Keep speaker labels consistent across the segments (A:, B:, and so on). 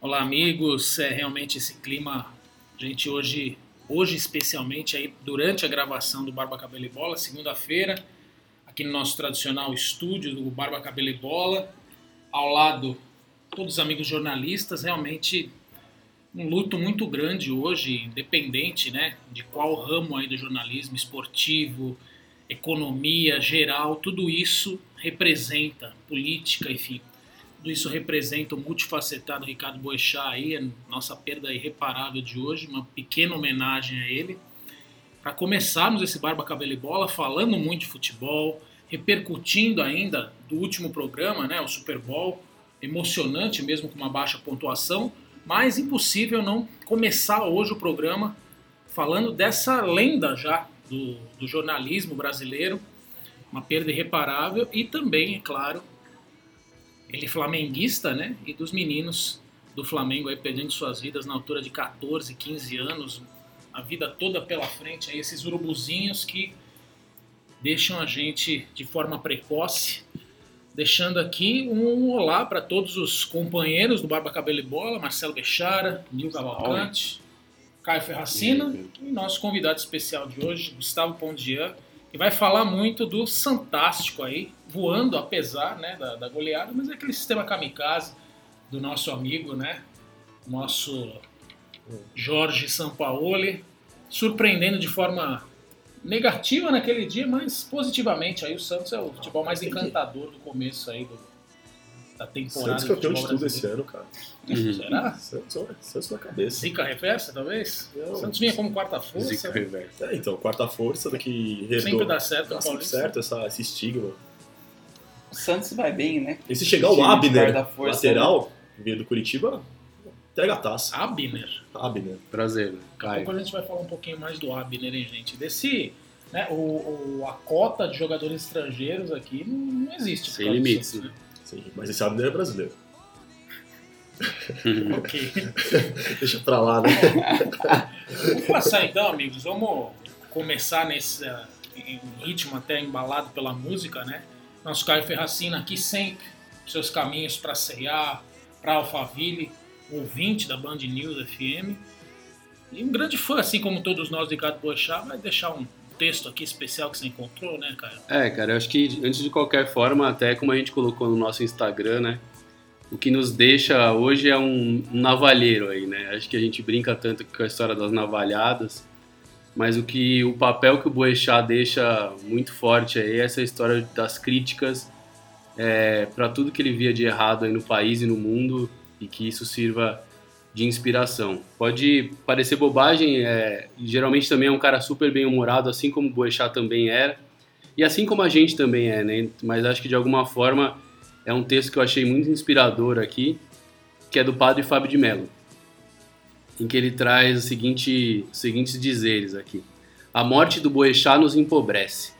A: Olá, amigos. É realmente esse clima. A gente hoje, hoje especialmente aí durante a gravação do Barba Cabelo e Bola, segunda-feira, aqui no nosso tradicional estúdio do Barba Cabelo e Bola, ao lado todos os amigos jornalistas, realmente um luto muito grande hoje, independente, né, de qual ramo aí do jornalismo esportivo, economia geral, tudo isso representa política, enfim, tudo isso representa o multifacetado Ricardo Boechat aí, a nossa perda irreparável de hoje, uma pequena homenagem a ele. Para começarmos esse Barba Cabelo e Bola falando muito de futebol, repercutindo ainda do último programa, né, o Super Bowl, emocionante mesmo com uma baixa pontuação, mas impossível não começar hoje o programa falando dessa lenda já do, do jornalismo brasileiro, uma perda irreparável e também, é claro, ele é flamenguista, né? E dos meninos do Flamengo aí perdendo suas vidas na altura de 14, 15 anos, a vida toda pela frente, aí esses urubuzinhos que deixam a gente de forma precoce. Deixando aqui um olá para todos os companheiros do Barba Cabelo e Bola, Marcelo Bechara, Nil Cavalcante, Caio Ferracina e nosso convidado especial de hoje, Gustavo Pondian, que vai falar muito do Santástico aí, voando apesar né, da, da, goleada, mas é aquele sistema kamikaze do nosso amigo, né? Nosso Jorge Sampaoli, surpreendendo de forma negativa naquele dia, mas positivamente. Aí o Santos é o futebol mais encantador do começo aí do, da temporada.
B: Santos campeão de tudo esse ano, cara.
A: Uhum. Será?
B: Santos, olha, Santos na cabeça.
A: Zica reversa, talvez? Não. Santos vinha como quarta força.
B: Zica reversa. É, então, quarta força do que
A: Redor. Sempre dá certo, dá
B: sempre certo essa, esse estigma.
C: O Santos vai bem, né?
B: E se chegar o Abner, lateral, né? veio do Curitiba, entrega a taça.
A: Abner.
B: Abner.
D: Prazer,
A: Caio. Daqui a, a gente vai falar um pouquinho mais do Abner, hein, gente? Desse... Né, o, o a cota de jogadores estrangeiros aqui não, existe.
D: Sem limites. Santos, né?
B: Sim, mas esse Abner é brasileiro.
A: ok.
B: Deixa pra lá, né?
A: vamos passar então, amigos. Vamos começar nesse uh, ritmo até embalado pela música, né? Nosso Caio Ferracina aqui sempre, seus caminhos para CA, para Alphaville, ouvinte da Band News FM. E um grande fã, assim como todos nós de Ricardo Boechat, vai deixar um, texto aqui especial que você encontrou, né, cara? É,
D: cara, eu acho que antes de qualquer forma, até como a gente colocou no nosso Instagram, né? O que nos deixa hoje é um, um navalheiro aí, né? Acho que a gente brinca tanto com a história das navalhadas, mas o que o papel que o Boechat deixa muito forte aí é essa história das críticas é, para tudo que ele via de errado aí no país e no mundo e que isso sirva de inspiração. Pode parecer bobagem, é, geralmente também é um cara super bem-humorado, assim como o Boechat também era, e assim como a gente também é, né? Mas acho que de alguma forma é um texto que eu achei muito inspirador aqui, que é do padre Fábio de Mello, em que ele traz o seguinte, os seguintes dizeres aqui. A morte do Boechat nos empobrece.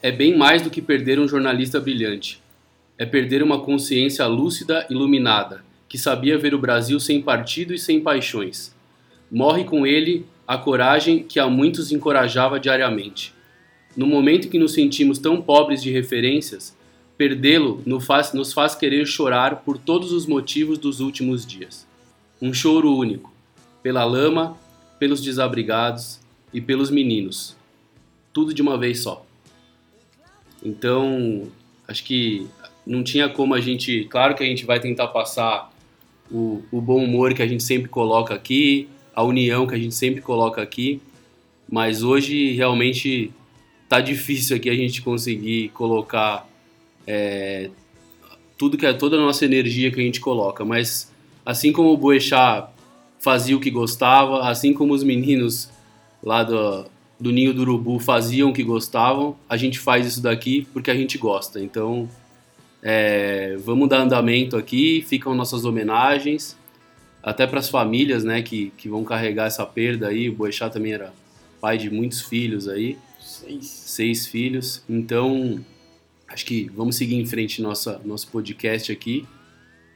D: É bem mais do que perder um jornalista brilhante. É perder uma consciência lúcida, iluminada, que sabia ver o Brasil sem partido e sem paixões. Morre com ele a coragem que a muitos encorajava diariamente. No momento que nos sentimos tão pobres de referências, perdê-lo nos faz querer chorar por todos os motivos dos últimos dias. Um choro único, pela lama, pelos desabrigados e pelos meninos. Tudo de uma vez só. Então, acho que não tinha como a gente. Claro que a gente vai tentar passar o, o, bom humor que a gente sempre coloca aqui, a união que a gente sempre coloca aqui, mas hoje realmente tá difícil aqui a gente conseguir colocar é, tudo que é toda a nossa energia que a gente coloca, mas assim como o Boechat fazia o que gostava, assim como os meninos lá do, do Ninho do Urubu faziam o que gostavam, a gente faz isso daqui porque a gente gosta, então é, vamos dar andamento aqui, ficam nossas homenagens, até para as famílias né, que, que vão carregar essa perda aí. O Boechat também era pai de muitos filhos aí.
C: Seis.
D: Seis filhos. Então, acho que vamos seguir em frente nossa, nosso podcast aqui.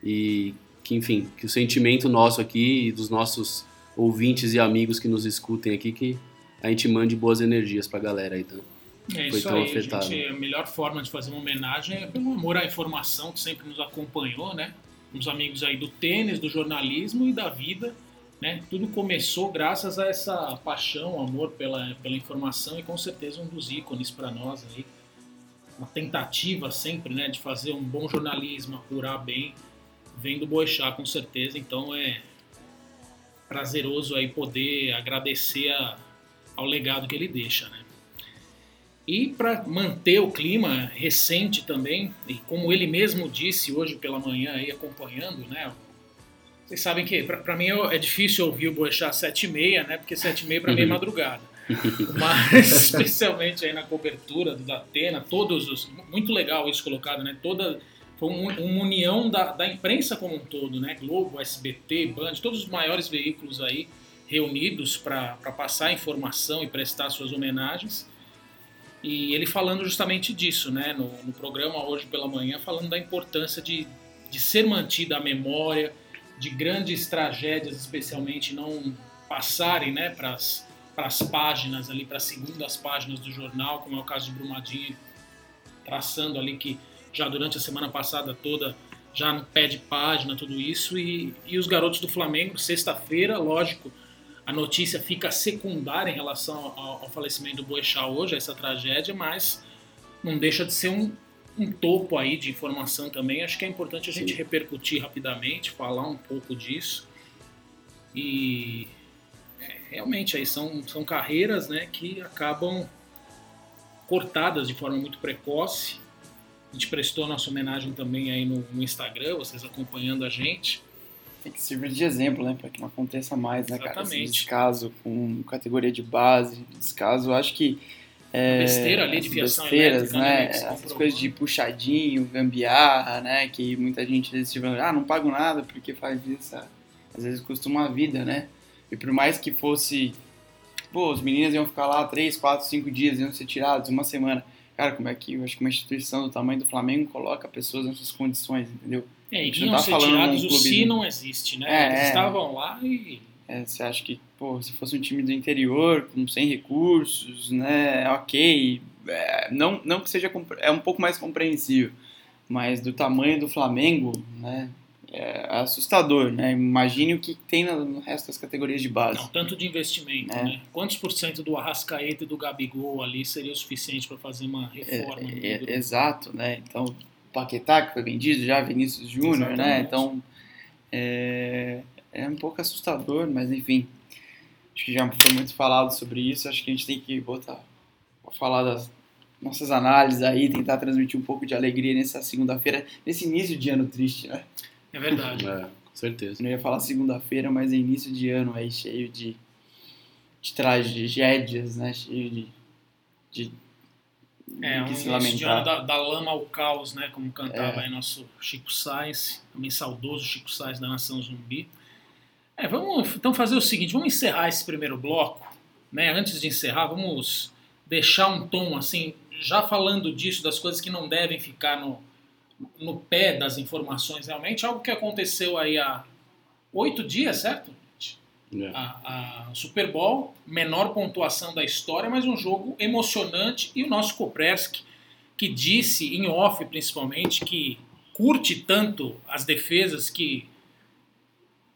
D: E que, enfim, que o sentimento nosso aqui e dos nossos ouvintes e amigos que nos escutem aqui, que a gente mande boas energias para a galera aí, então.
A: É isso aí, afetado. gente. A melhor forma de fazer uma homenagem é pelo amor à informação que sempre nos acompanhou, né? uns amigos aí do tênis, do jornalismo e da vida. Né? Tudo começou graças a essa paixão, amor pela, pela informação e com certeza um dos ícones para nós aí. Uma tentativa sempre né, de fazer um bom jornalismo, apurar bem, vem do Boechat com certeza, então é prazeroso aí poder agradecer a, ao legado que ele deixa. Né? E para manter o clima recente também, e como ele mesmo disse hoje pela manhã aí acompanhando, né? Vocês sabem que para mim é difícil ouvir o Boechat 7 e meia, né? Porque 7 e meia para mim é madrugada. Mas especialmente aí na cobertura do Datena, todos os muito legal isso colocado, né? Toda foi um- uma união da, da imprensa como um todo, né? Globo, SBT, Band, todos os maiores veículos aí reunidos para passar informação e prestar suas homenagens. E ele falando justamente disso, né? No, no programa hoje pela manhã, falando da importância de, de ser mantida a memória de grandes tragédias, especialmente não passarem, né? Para as páginas ali, para as segundas páginas do jornal, como é o caso de Brumadinho, traçando ali que já durante a semana passada toda, já no pé de página, tudo isso. E, e os garotos do Flamengo, sexta-feira, lógico, a notícia fica secundária em relação ao, ao falecimento do Boechat hoje, a essa tragédia, mas não deixa de ser um, um topo aí de informação também. Acho que é importante a gente
D: Sim.
A: repercutir rapidamente, falar um pouco disso. E é, realmente aí são, são carreiras né, que acabam cortadas de forma muito precoce a gente prestou nossa homenagem também aí no, no Instagram, vocês acompanhando a gente.
C: Tem que servir de exemplo, né? Pra que não aconteça mais, né, cara? Esse
A: Exatamente.
C: descaso com categoria de base, descaso, eu acho que. É,
A: Besteira ali de
C: essas
A: fiação
C: besteiras,
A: elétrica,
C: né?
A: né, que se
C: Essas
A: comprovou.
C: coisas de puxadinho, gambiarra, né? Que muita gente às vezes tipo, ah, não pago nada porque faz isso. ah. Às vezes custa uma vida, né? E por mais que fosse. Pô, os meninos iam ficar lá 3, 4, 5 dias, iam ser tirados, uma semana. Cara, como é que eu acho que uma instituição do tamanho do Flamengo coloca pessoas nessas condições, entendeu?
A: É, e
C: gente não
A: iam
C: tá
A: ser
C: falando
A: tirados,
C: num
A: o
C: clube,
A: si
C: né?
A: não existe, né?
C: É,
A: Eles
C: é.
A: estavam lá e
C: É, você acha que, pô, se fosse um time do interior, com sem recursos, né, ok, é, não, não que seja, compre- é um pouco mais compreensível, mas do tamanho do Flamengo, né, é assustador, né, imagine o que tem no, no resto das categorias de base.
A: não, tanto de investimento,
C: É.
A: né? Quantos por cento do Arrascaeta e do Gabigol ali seria o suficiente para fazer uma reforma? no
C: É,
A: grupo?
C: exato, né, então, Paquetá, que foi vendido já, Vinícius Júnior, né,
A: Exatamente.
C: então, é, é um pouco assustador, mas enfim, acho que já foi muito falado sobre isso, acho que a gente tem que botar pra falar das nossas análises aí, tentar transmitir um pouco de alegria nessa segunda-feira, nesse início de ano triste, né?
A: É verdade.
D: É, com certeza.
C: Eu não ia falar segunda-feira, mas é início de ano aí, cheio de, de tragédias, né? Cheio de. de do
A: É, um
C: que se
A: início de ano
C: lamentar.
A: da,
C: É.
A: da lama ao caos, né? Como cantava aí nosso Chico Sainz, também saudoso Chico Sainz da Nação Zumbi. É, vamos então fazer o seguinte, vamos encerrar esse primeiro bloco, né? Antes de encerrar, vamos deixar um tom assim, já falando disso, das coisas que não devem ficar no, no pé das informações realmente, algo que aconteceu aí há oito dias, certo? gente?
D: É.
A: a, a Super Bowl, menor pontuação da história, mas um jogo emocionante. E o nosso Kopreski, que disse em off principalmente que curte tanto as defesas que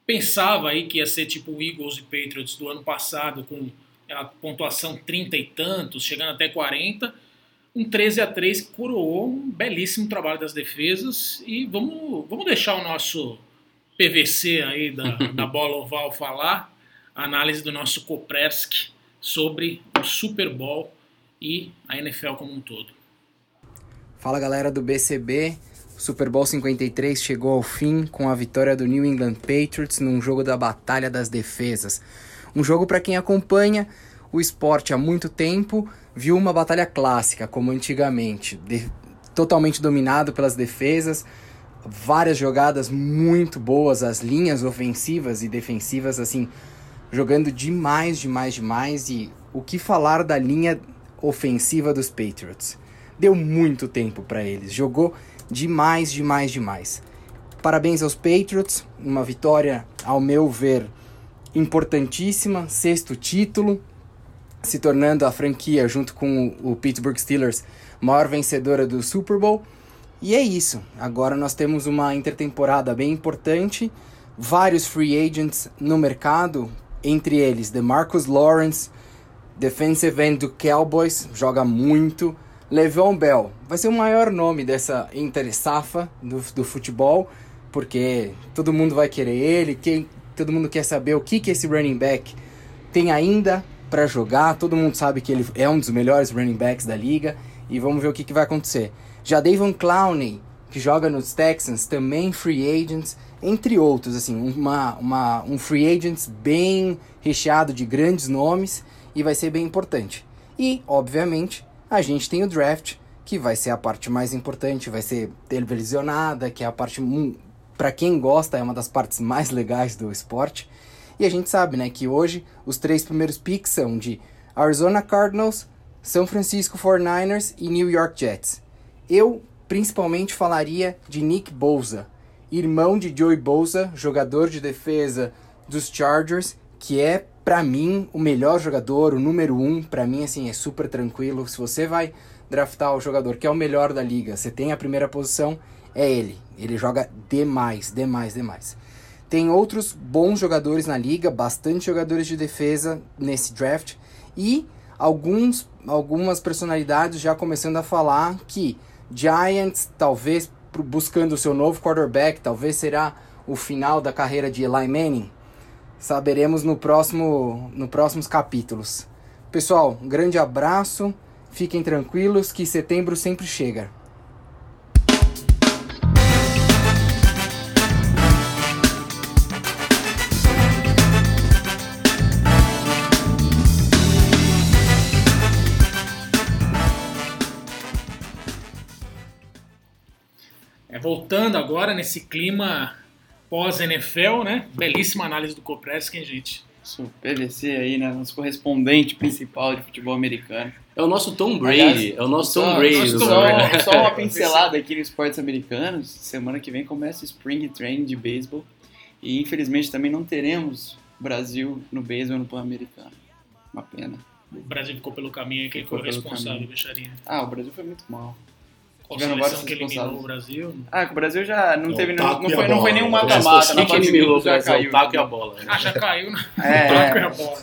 A: pensava aí que ia ser tipo o Eagles e Patriots do ano passado com a pontuação 30 e tantos, chegando até 40. Um 13 a 3 que coroou um belíssimo trabalho das defesas e vamos, vamos deixar o nosso PVC aí da, da bola oval falar a análise do nosso Kopreski sobre o Super Bowl e a NFL como um todo.
E: Fala galera do BCB, o Super Bowl 53 chegou ao fim com a vitória do New England Patriots num jogo da Batalha das Defesas. Um jogo para quem acompanha o esporte há muito tempo, viu uma batalha clássica, como antigamente, de- totalmente dominado pelas defesas, várias jogadas muito boas, as linhas ofensivas e defensivas assim jogando demais, demais, demais e o que falar da linha ofensiva dos Patriots? deu muito tempo para eles. Jogou demais, demais, demais. Parabéns aos Patriots, uma vitória, ao meu ver, importantíssima, sexto título, se tornando a franquia, junto com o Pittsburgh Steelers, maior vencedora do Super Bowl. E é isso. Agora nós temos uma intertemporada bem importante, vários free agents no mercado, entre eles DeMarcus Lawrence, defensive end do Cowboys, joga muito, Le'Veon Bell, vai ser o maior nome dessa inter-safa do, do futebol, porque todo mundo vai querer ele, quem, todo mundo quer saber o que, que esse running back tem ainda para jogar, todo mundo sabe que ele é um dos melhores running backs da liga, e vamos ver o que, que vai acontecer. Já Davon Clowney, que joga nos Texans, também free agents, entre outros, assim, uma, uma, um free agents bem recheado de grandes nomes e vai ser bem importante. E, obviamente, a gente tem o draft, que vai ser a parte mais importante, vai ser televisionada, que é a parte para quem gosta, é uma das partes mais legais do esporte. E a gente sabe, né, que hoje os três primeiros picks são de Arizona Cardinals, São Francisco 49ers e New York Jets. Eu principalmente falaria de Nick Bosa, irmão de Joey Bosa, jogador de defesa dos Chargers, que é para mim o melhor jogador, o número um. Para mim assim é super tranquilo. Se você vai draftar o jogador que é o melhor da liga, você tem a primeira posição, é ele. Ele joga demais, demais, demais. Tem outros bons jogadores na liga, bastante jogadores de defesa nesse draft e alguns algumas personalidades já começando a falar que Giants talvez buscando o seu novo quarterback, talvez será o final da carreira de Eli Manning. Saberemos no próximo no próximos capítulos. Pessoal, um grande abraço. Fiquem tranquilos que setembro sempre chega.
A: É, voltando agora nesse clima pós-NFL, né? Belíssima análise do Copresc, hein, gente?
C: Isso, PVC aí, né? Nosso correspondente principal de futebol americano.
D: É o nosso Tom Brady, Aliás, é o nosso Tom Brady.
C: Só, só, só uma pincelada aqui nos esportes americanos. Semana que vem começa o Spring Training de beisebol. E infelizmente também não teremos Brasil no beisebol no Pan-Americano. Uma pena.
A: O Brasil ficou pelo caminho, quem foi o responsável, Beixarinha?
C: Ah, o Brasil foi muito mal.
A: Qual Tiveram vários que eliminou o Brasil? né?
C: Ah, que o Brasil já não,
B: É o
C: teve. Não,
B: taco
C: não,
B: e a
C: foi, não
B: bola.
C: foi nenhum
B: É,
C: mata-mata.
D: Quem
C: na
D: assim, que
C: fase de
D: eliminou o
C: grupos já
D: Brasil?
C: caiu,
D: O taco e a
C: né?
D: bola. né?
A: Ah, já caiu, né?
C: É.
A: Taco e a bola.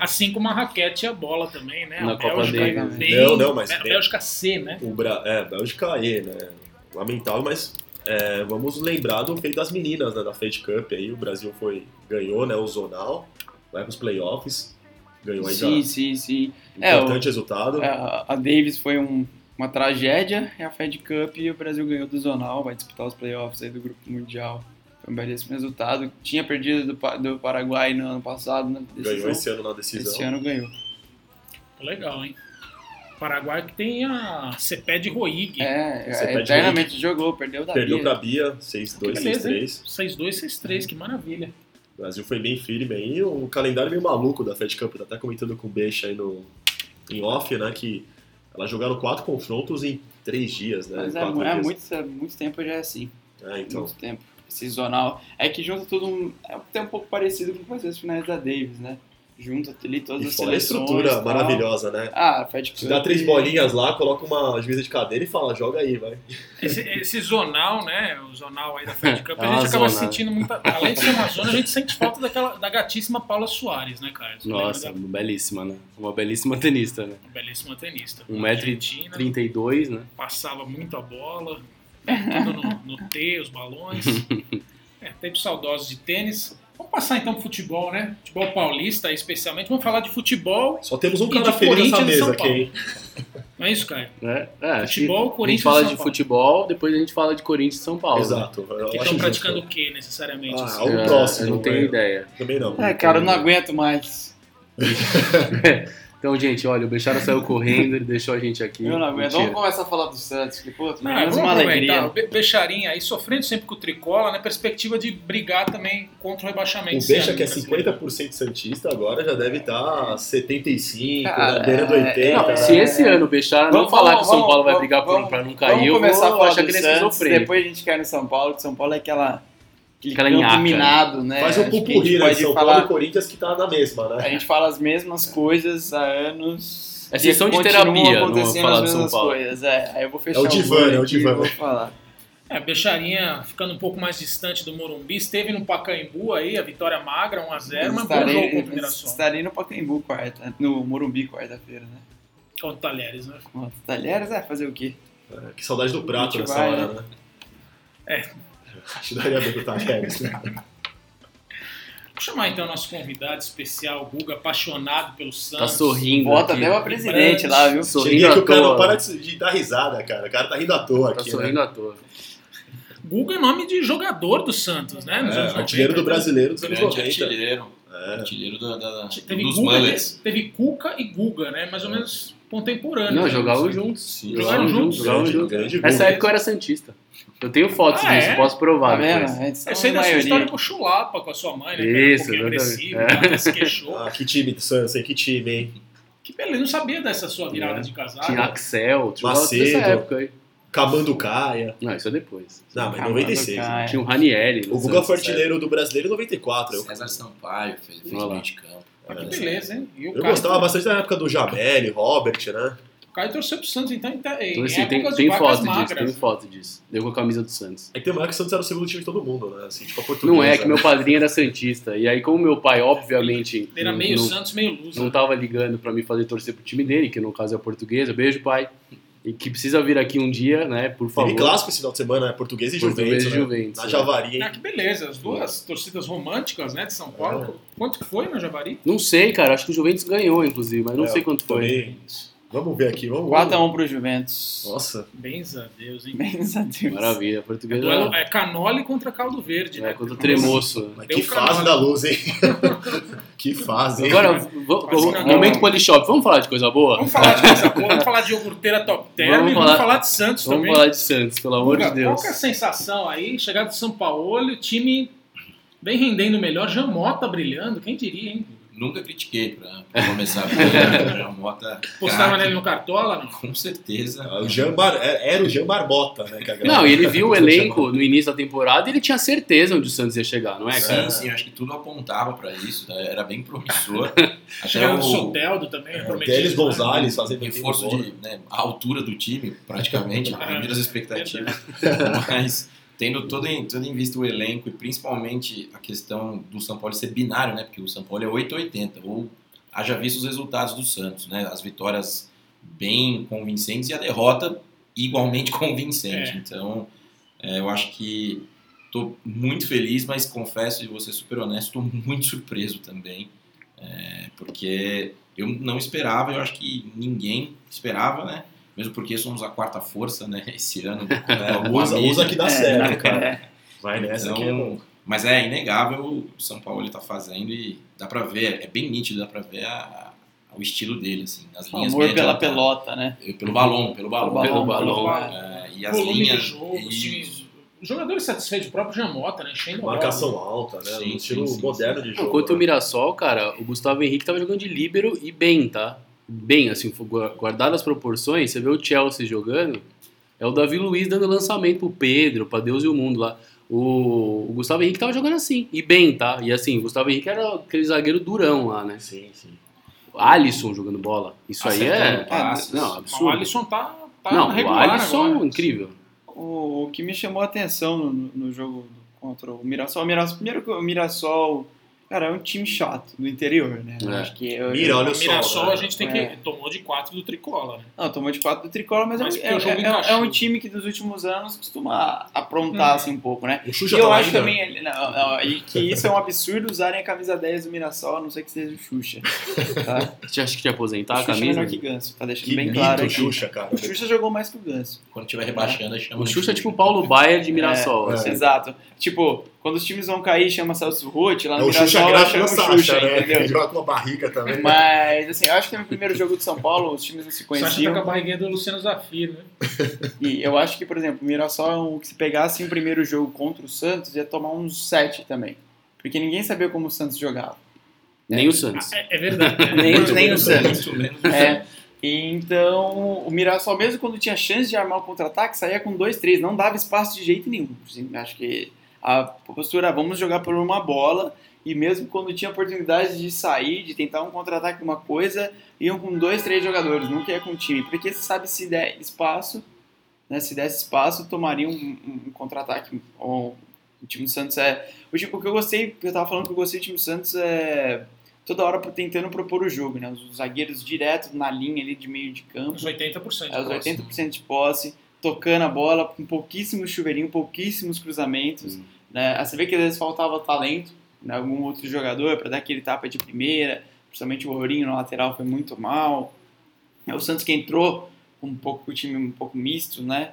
A: Assim como a raquete e a bola também, né?
D: Na
A: a
D: Copa
A: Bélgica
C: Davis.
A: bem-
B: Não, não, mas
A: Bé-
B: bem-
A: Bélgica C, né?
B: O Bra... É, Bélgica E, né? Lamentável, mas é, vamos lembrar do feito das meninas, né? Da Fed Cup aí. O Brasil foi, ganhou, né? O Zonal, vai pros playoffs. Ganhou ainda
C: Sim, sim, sim. É, o-
B: importante resultado.
C: A, a Davis foi um- uma tragédia, é a Fed Cup e o Brasil ganhou do Zonal, vai disputar os playoffs aí do Grupo Mundial. Foi um belíssimo resultado. Tinha perdido do, Pa- do Paraguai no ano passado, na decisão.
B: ganhou esse ano na decisão.
C: Esse ano ganhou.
A: Legal, hein? Paraguai que tem a Cepé de Roig.
C: É,
B: Você perde
C: eternamente jogou, perdeu da
B: Perdeu
C: Bia.
B: pra Bia, 6-2,
C: é
A: Que beleza, hein?
B: 6-3.
A: 6-2, 6-3, que maravilha.
B: O Brasil foi bem firme aí. O calendário meio maluco da Fed Cup, tá até comentando com o Beixa aí no, em off, né? Que elas jogaram quatro confrontos em três dias, né?
C: Mas é,
B: quatro
C: é
B: dias.
C: muito, é muito tempo já é assim.
B: É, então,
C: Muito tempo. Seasonal. É que junta tudo. Um, é até um pouco parecido com o que vai ser os finais da Davis, né? Junta ali todas
B: e
C: as
B: fora a
C: seleções.
B: estrutura
C: tal.
B: maravilhosa, né?
C: Ah, Fed Cup.
B: Te dá três bolinhas lá, coloca uma juíza de cadeira e fala, joga aí, vai.
A: Esse, esse zonal, né? O zonal aí da Fed Cup, a
D: Ah,
A: gente acaba
D: zonal.
A: sentindo muita. Além de ser uma zona, a gente sente falta daquela, da gatíssima Paula Soares, né, cara? Você lembra da
D: Nossa, belíssima, né? Uma belíssima tenista, né?
A: belíssima tenista.
D: Um metro e
A: Argentina,
D: 32, né?
A: passava muito a bola, tudo no, no T, os balões. É, tempo saudoso de tênis. Vamos passar então pro futebol, né? Futebol paulista, especialmente. Vamos falar de futebol.
B: Só temos um
A: E
B: cara
A: de
B: feliz nessa
A: Corinthians e São
B: mesa aqui, hein?
A: Não é isso, Caio?
D: É, é, acho que
A: Futebol,
D: a gente
A: Corinthians e
D: fala
A: São
D: de
A: Paulo.
D: futebol, depois a gente fala de Corinthians e São Paulo. né?
B: Exato. Eu
A: Que
C: um
B: acho
A: estão
B: justo.
A: praticando o que necessariamente?
B: Ah,
A: assim?
B: algo
D: É,
B: próximo,
D: eu não tenho
B: né?
D: ideia.
B: Também não.
C: É, cara, eu não aguento mais.
D: Então, gente, olha, o Bechara saiu correndo, ele deixou a gente aqui.
C: Eu não aguento.
D: Mentira.
C: Vamos começar a falar do Santos, que pô,
A: Não, vamos
C: menos uma
A: aproveitar.
C: alegria.
A: O Be- Beixarinha aí sofrendo sempre com o Tricola, né? Perspectiva de brigar também contra o rebaixamento. né?
B: O Beixa, que é 50% Santista, agora já deve tá estar 75%,
C: Cara,
B: na beira do
C: é-
B: 80%.
D: Não,
B: né?
D: se esse ano o Bechara não
C: Vamos-
D: falar que o São
C: vamos-
D: Paulo vai
C: vamos-
D: brigar por
C: vamos-
D: pra não cair, eu
C: Vamos começar
D: vou
C: a
D: achar
C: falar
D: que
C: do
D: ele é
C: Santos,
D: esquizofrênico.
C: depois a gente cai no São Paulo, que São Paulo é aquela... Aquele
D: Aquela
C: campo
D: nhaca.
C: minado, né?
B: Faz um
C: Acho que a gente
B: pupurri, né?
C: pode
B: São
C: falar-
B: Paulo e Corinthians que tá na mesma,
C: A
B: né?
C: gente fala as mesmas coisas há anos
D: É sessão de
C: continuam
D: terapia, não vou
C: acontecendo
D: falar
C: as
D: do São
C: mesmas
D: Paulo.
C: Coisas. É, aí eu vou fechar
B: É o
C: o
B: divã,
C: olho
B: é o
C: aqui e
B: divã.
C: Vou falar.
A: É, a Beixarinha ficando um pouco mais distante do Morumbi, esteve no Pacaembu aí, a vitória magra, 1x0, mas bom jogo contra o Mirassol.
C: estarei no Pacaembu quarta, no Morumbi quarta-feira, né?
A: Contra o Talheres, né?
C: Contra o Talheres, é fazer o quê?
B: É, Que saudade do prato
C: gente
B: nessa
C: vai,
B: hora, né?
A: É.
B: Acho que daria bem pro Tajeres, né?
A: Vou chamar então nosso convidado especial, Guga, apaixonado pelo Santos.
D: Tá sorrindo.
C: Bota
D: aqui. Tá
C: até uma presidente lá, viu?
D: Sorrindo
B: Cheguei
D: à
B: que o cara não
D: toa.
B: para de, de dar risada, cara. O cara tá rindo à toa
D: Tá
B: aqui, né?
D: sorrindo à toa.
A: Guga é nome de jogador do Santos, né? Nos anos
B: É, artilheiro
A: 90.
B: do brasileiro dos anos
F: Grande
B: 90.
F: artilheiro.
B: É.
F: Artilheiro da, da- da-
A: Teve
F: dos
A: Guga, né?
F: mullets.
A: teve Cuca e Guga, né? Mais ou menos contemporâneos.
D: É. Não,
A: né?
D: jogavam juntos.
F: Sim.
A: Jogaram juntos.
D: Jogavam
B: Grande,
D: juntos. É
B: grande
C: é
D: Nessa
B: gol.
D: época eu era Santista. Eu tenho fotos
A: Ah,
D: disso,
A: é?
D: posso
C: Tá
D: provar.
C: vendo?
D: depois.
C: A gente tá
A: Eu sei da
C: na
A: É, sua
C: maioria.
A: história com o Chulapa, com a sua mãe, né?
D: Então, Isso,
A: que era um pouquinho
D: exatamente.
A: agressivo,
D: É.
A: né? que se queixou.
B: Ah, que time do Santos, hein? Que time, hein?
A: Que beleza, não sabia dessa sua virada
D: É.
A: de casado.
D: Tinha Axel, tinha
B: Macedo.
D: dessa época aí.
B: Cabando Caia.
D: Não, isso é depois.
B: Não, mas
C: Ah,
B: 96.
C: mano,
B: né?
C: cara.
D: Tinha o Ranieri.
B: O Guga foi artilheiro do brasileiro em 94. Eu,
F: César Sampaio fez, fez
D: Olha lá.
F: meio de campo.
A: Ah, que beleza, hein? E o
B: eu
A: Caio-
B: gostava bastante da época do Jamel, Robert, né?
A: O Caio torceu pro Santos, então, em, ta- em
D: Então, assim, tem,
A: épocas de
D: tem
A: vacas
D: foto disso,
A: magras.
D: tem foto disso. Deu com a camisa do Santos.
B: É que tem uma época que o Santos era o segundo time de todo mundo, né? Assim, tipo a portuguesa.
D: Não é, que
B: né?
D: meu padrinho era Santista. E aí, como meu pai, obviamente,
A: Ele era
D: não-
A: meio
D: não-
A: Santos, né? meio Lusa.
D: não tava ligando pra me fazer torcer pro time dele, que no caso é a portuguesa, beijo pai, e que precisa vir aqui um dia, né, por favor.
B: Teve clássico esse final de semana, né? Português e
D: Portuguesa
B: Juventus.
D: e
B: né?
D: Juventus,
B: Na
D: né?
B: Javari, hein?
A: Ah, que beleza, as duas torcidas românticas, né, de São Paulo.
B: É.
A: Quanto que foi na Javari?
D: é. Não sei, cara, acho que o Juventus ganhou, inclusive, mas não
B: É,
D: sei quanto foi.
B: Também. Vamos ver aqui, vamos.
C: 4x1 pro Juventus.
B: Nossa,
A: Bens a Deus, hein?
C: Menos a Deus.
D: Maravilha, a
A: É,
D: portuguesa
A: duelo, é Canoli contra Caldo Verde,
D: é,
A: né?
D: contra o Tremoço.
B: mas
A: Deu
B: que
A: calor.
B: fase da luz, hein? que fase, hein?
D: Agora, v- v-
A: Mas,
D: momento
A: não.
D: Polishop, vamos falar de coisa boa?
A: Vamos falar de coisa boa, vamos falar de iogurteira top term
D: Vamos
A: e vamos
D: falar-
A: falar de Santos
D: Vamos
A: também.
D: falar de Santos, pelo amor de
A: Guga,
D: Deus.
A: Qual que é a sensação aí? Chegada do São Paulo, o time vem rendendo melhor, Jamota brilhando, quem diria, hein?
F: Nunca critiquei pra pra começar a fazer a Mota.
A: Postava
F: craque,
A: nele no Cartola, não?
F: Com certeza.
B: Ah, O Jean Bar... é- Era o Jean Barbota, né? que a galera-
D: Não, e ele viu o
B: Jean
D: elenco
B: Barbota.
D: no início da temporada e ele tinha certeza onde o Santos ia chegar, não é, cara?
F: Sim, sim, acho que tudo apontava pra isso, né? era bem promissor. Até
A: Chegada
F: o,
A: do Soteldo também,
B: É, o
A: prometido.
B: Teles
A: né?
B: Gonzalez
F: o
B: fazendo
F: reforço de né, a altura do time, praticamente, além das expectativas. Mas tendo todo em, todo em vista o elenco e principalmente a questão do São Paulo ser binário, né? Porque o São Paulo é 880, ou haja visto os resultados do Santos, né? As vitórias bem convincentes e a derrota igualmente convincente.
A: É.
F: Então, é, eu acho que tô muito feliz, mas confesso e vou ser super honesto, tô muito surpreso também. É, porque eu não esperava, eu acho que ninguém esperava, né? Mesmo porque somos a quarta força, né? Esse ano.
B: É, usa, usa que dá
C: né?
B: certo, cara. Vai nessa que é bom.
F: Então, mas é inegável o São Paulo ele tá fazendo e dá pra ver, é bem nítido, dá pra ver a- a- o estilo dele, assim,
B: Tá
F: nas
C: O
B: um
F: linhas
C: amor
F: bem
C: pela
F: adiantadas.
C: pelota, né?
F: Eh, Pelo balão, pelo balão.
D: Pelo balão.
F: É, e as
A: né? Volume
F: linhas.
A: de jogo,
F: e-
A: os times- os jogadores satisfeitos, o próprio Jamota, né? Enchendo a bola.
B: Marcação alta, né?
F: Sim,
B: um
F: sim,
B: estilo
F: sim,
B: moderno de jogo.
D: Enquanto o
B: né?
D: Mirassol, cara, o Gustavo Henrique tava jogando de líbero e bem, tá? Bem, assim, fu- gua- guardado as proporções, você vê o Chelsea jogando, é o Davi Luiz dando lançamento pro Pedro, pra Deus e o mundo lá. O, o Gustavo Henrique tava jogando assim, e bem, tá? E assim, o Gustavo Henrique era aquele zagueiro durão lá, né?
B: Sim, sim.
D: O Alisson jogando bola. Isso aí
F: acertando
D: é.
F: passes.
D: Não,
A: Mas O
D: absurdo.
A: Alisson tá, tá
D: Não, o
A: regular
D: Alisson,
A: agora.
D: incrível.
C: O, o que me chamou a atenção no, no jogo contra o Mirassol, o Mirassol, primeiro que o Mirassol, cara, é um time chato do interior, né? Eu
D: É.
C: Acho que eu-
B: Mira, olha
A: O
B: o
A: Mirassol,
B: sol. né?
A: a gente tem
C: É.
A: que... Tomou de 4 do Tricola, né?
C: Não, tomou de quatro do Tricolor, mas,
A: Mas
C: é,
A: porque o jogo
C: é- é-
A: encaixou.
C: é um time que dos últimos anos costuma aprontar
A: Hum.
C: assim um pouco, né?
B: O
C: E
B: Xuxa tá
C: eu
B: lá
C: acho
B: ainda.
C: também ele- não, não, e que isso é um absurdo usarem a camisa 10 do Mirassol, a não ser que seja o Xuxa. Tá?
D: Você acha que tinha
C: o
D: aposentar a
C: Xuxa é
D: camisa?
C: melhor que Ganso, tá deixando
B: Que
C: bem
B: mito,
C: claro. aqui.
B: Xuxa, cara.
C: O Xuxa jogou mais que o Ganso.
F: Quando tiver rebaixando, aí chama
D: O
F: de
D: Xuxa é tipo o Paulo Baier de Mirassol.
B: É,
D: assim.
C: Exato. Tipo, quando os times vão cair, chama Celso Roth, lá
B: É
C: no
B: o Xuxa
C: Mirassol,
B: gráfico
C: chama
B: da
C: tá
B: Sasha,
C: o Xuxa,
B: né? Ele
C: entendeu?
B: joga com a barriga também. né?
C: Mas, assim, eu acho que no primeiro jogo de São Paulo, os times não se
A: Só que tá com a
C: conheciam.
A: barriguinha do Luciano Zafir, né?
C: E eu acho que, por exemplo, o Mirassol, é um que se pegasse o primeiro jogo contra o Santos, ia tomar uns 7 também. Porque ninguém sabia como o Santos jogava.
D: Nem o Santos.
A: É, é verdade. né?
C: Nem,
A: Muito
C: nem o
A: bem.
C: Santos.
F: Muito menos.
C: É. E Então, o Mirassol, mesmo quando tinha chance de armar o contra-ataque, saía com 2-3, não dava espaço de jeito nenhum. Assim, Acho que a postura, vamos jogar por uma bola E mesmo quando tinha oportunidade de sair, de tentar um contra-ataque, uma coisa, iam com dois, três jogadores, nunca ia com o time. Porque você sabe se der espaço, né, se desse espaço, tomaria um, um- um contra-ataque. Ou O time do Santos é. O, tipo, o que eu gostei, que eu tava falando que eu gostei do time do Santos é. Toda hora tentando propor o jogo, né? Os zagueiros direto na linha ali de meio de campo.
A: Uns 80%.
C: É, os
A: posse.
C: 80% de posse, tocando a bola, com pouquíssimo chuveirinho, pouquíssimos cruzamentos.
D: Hum.
C: Né? Você vê que às vezes faltava talento em algum outro jogador para dar aquele tapa de primeira, principalmente o Ourinho na lateral foi muito mal. É o Santos que entrou com um pouco com o time um pouco misto, né?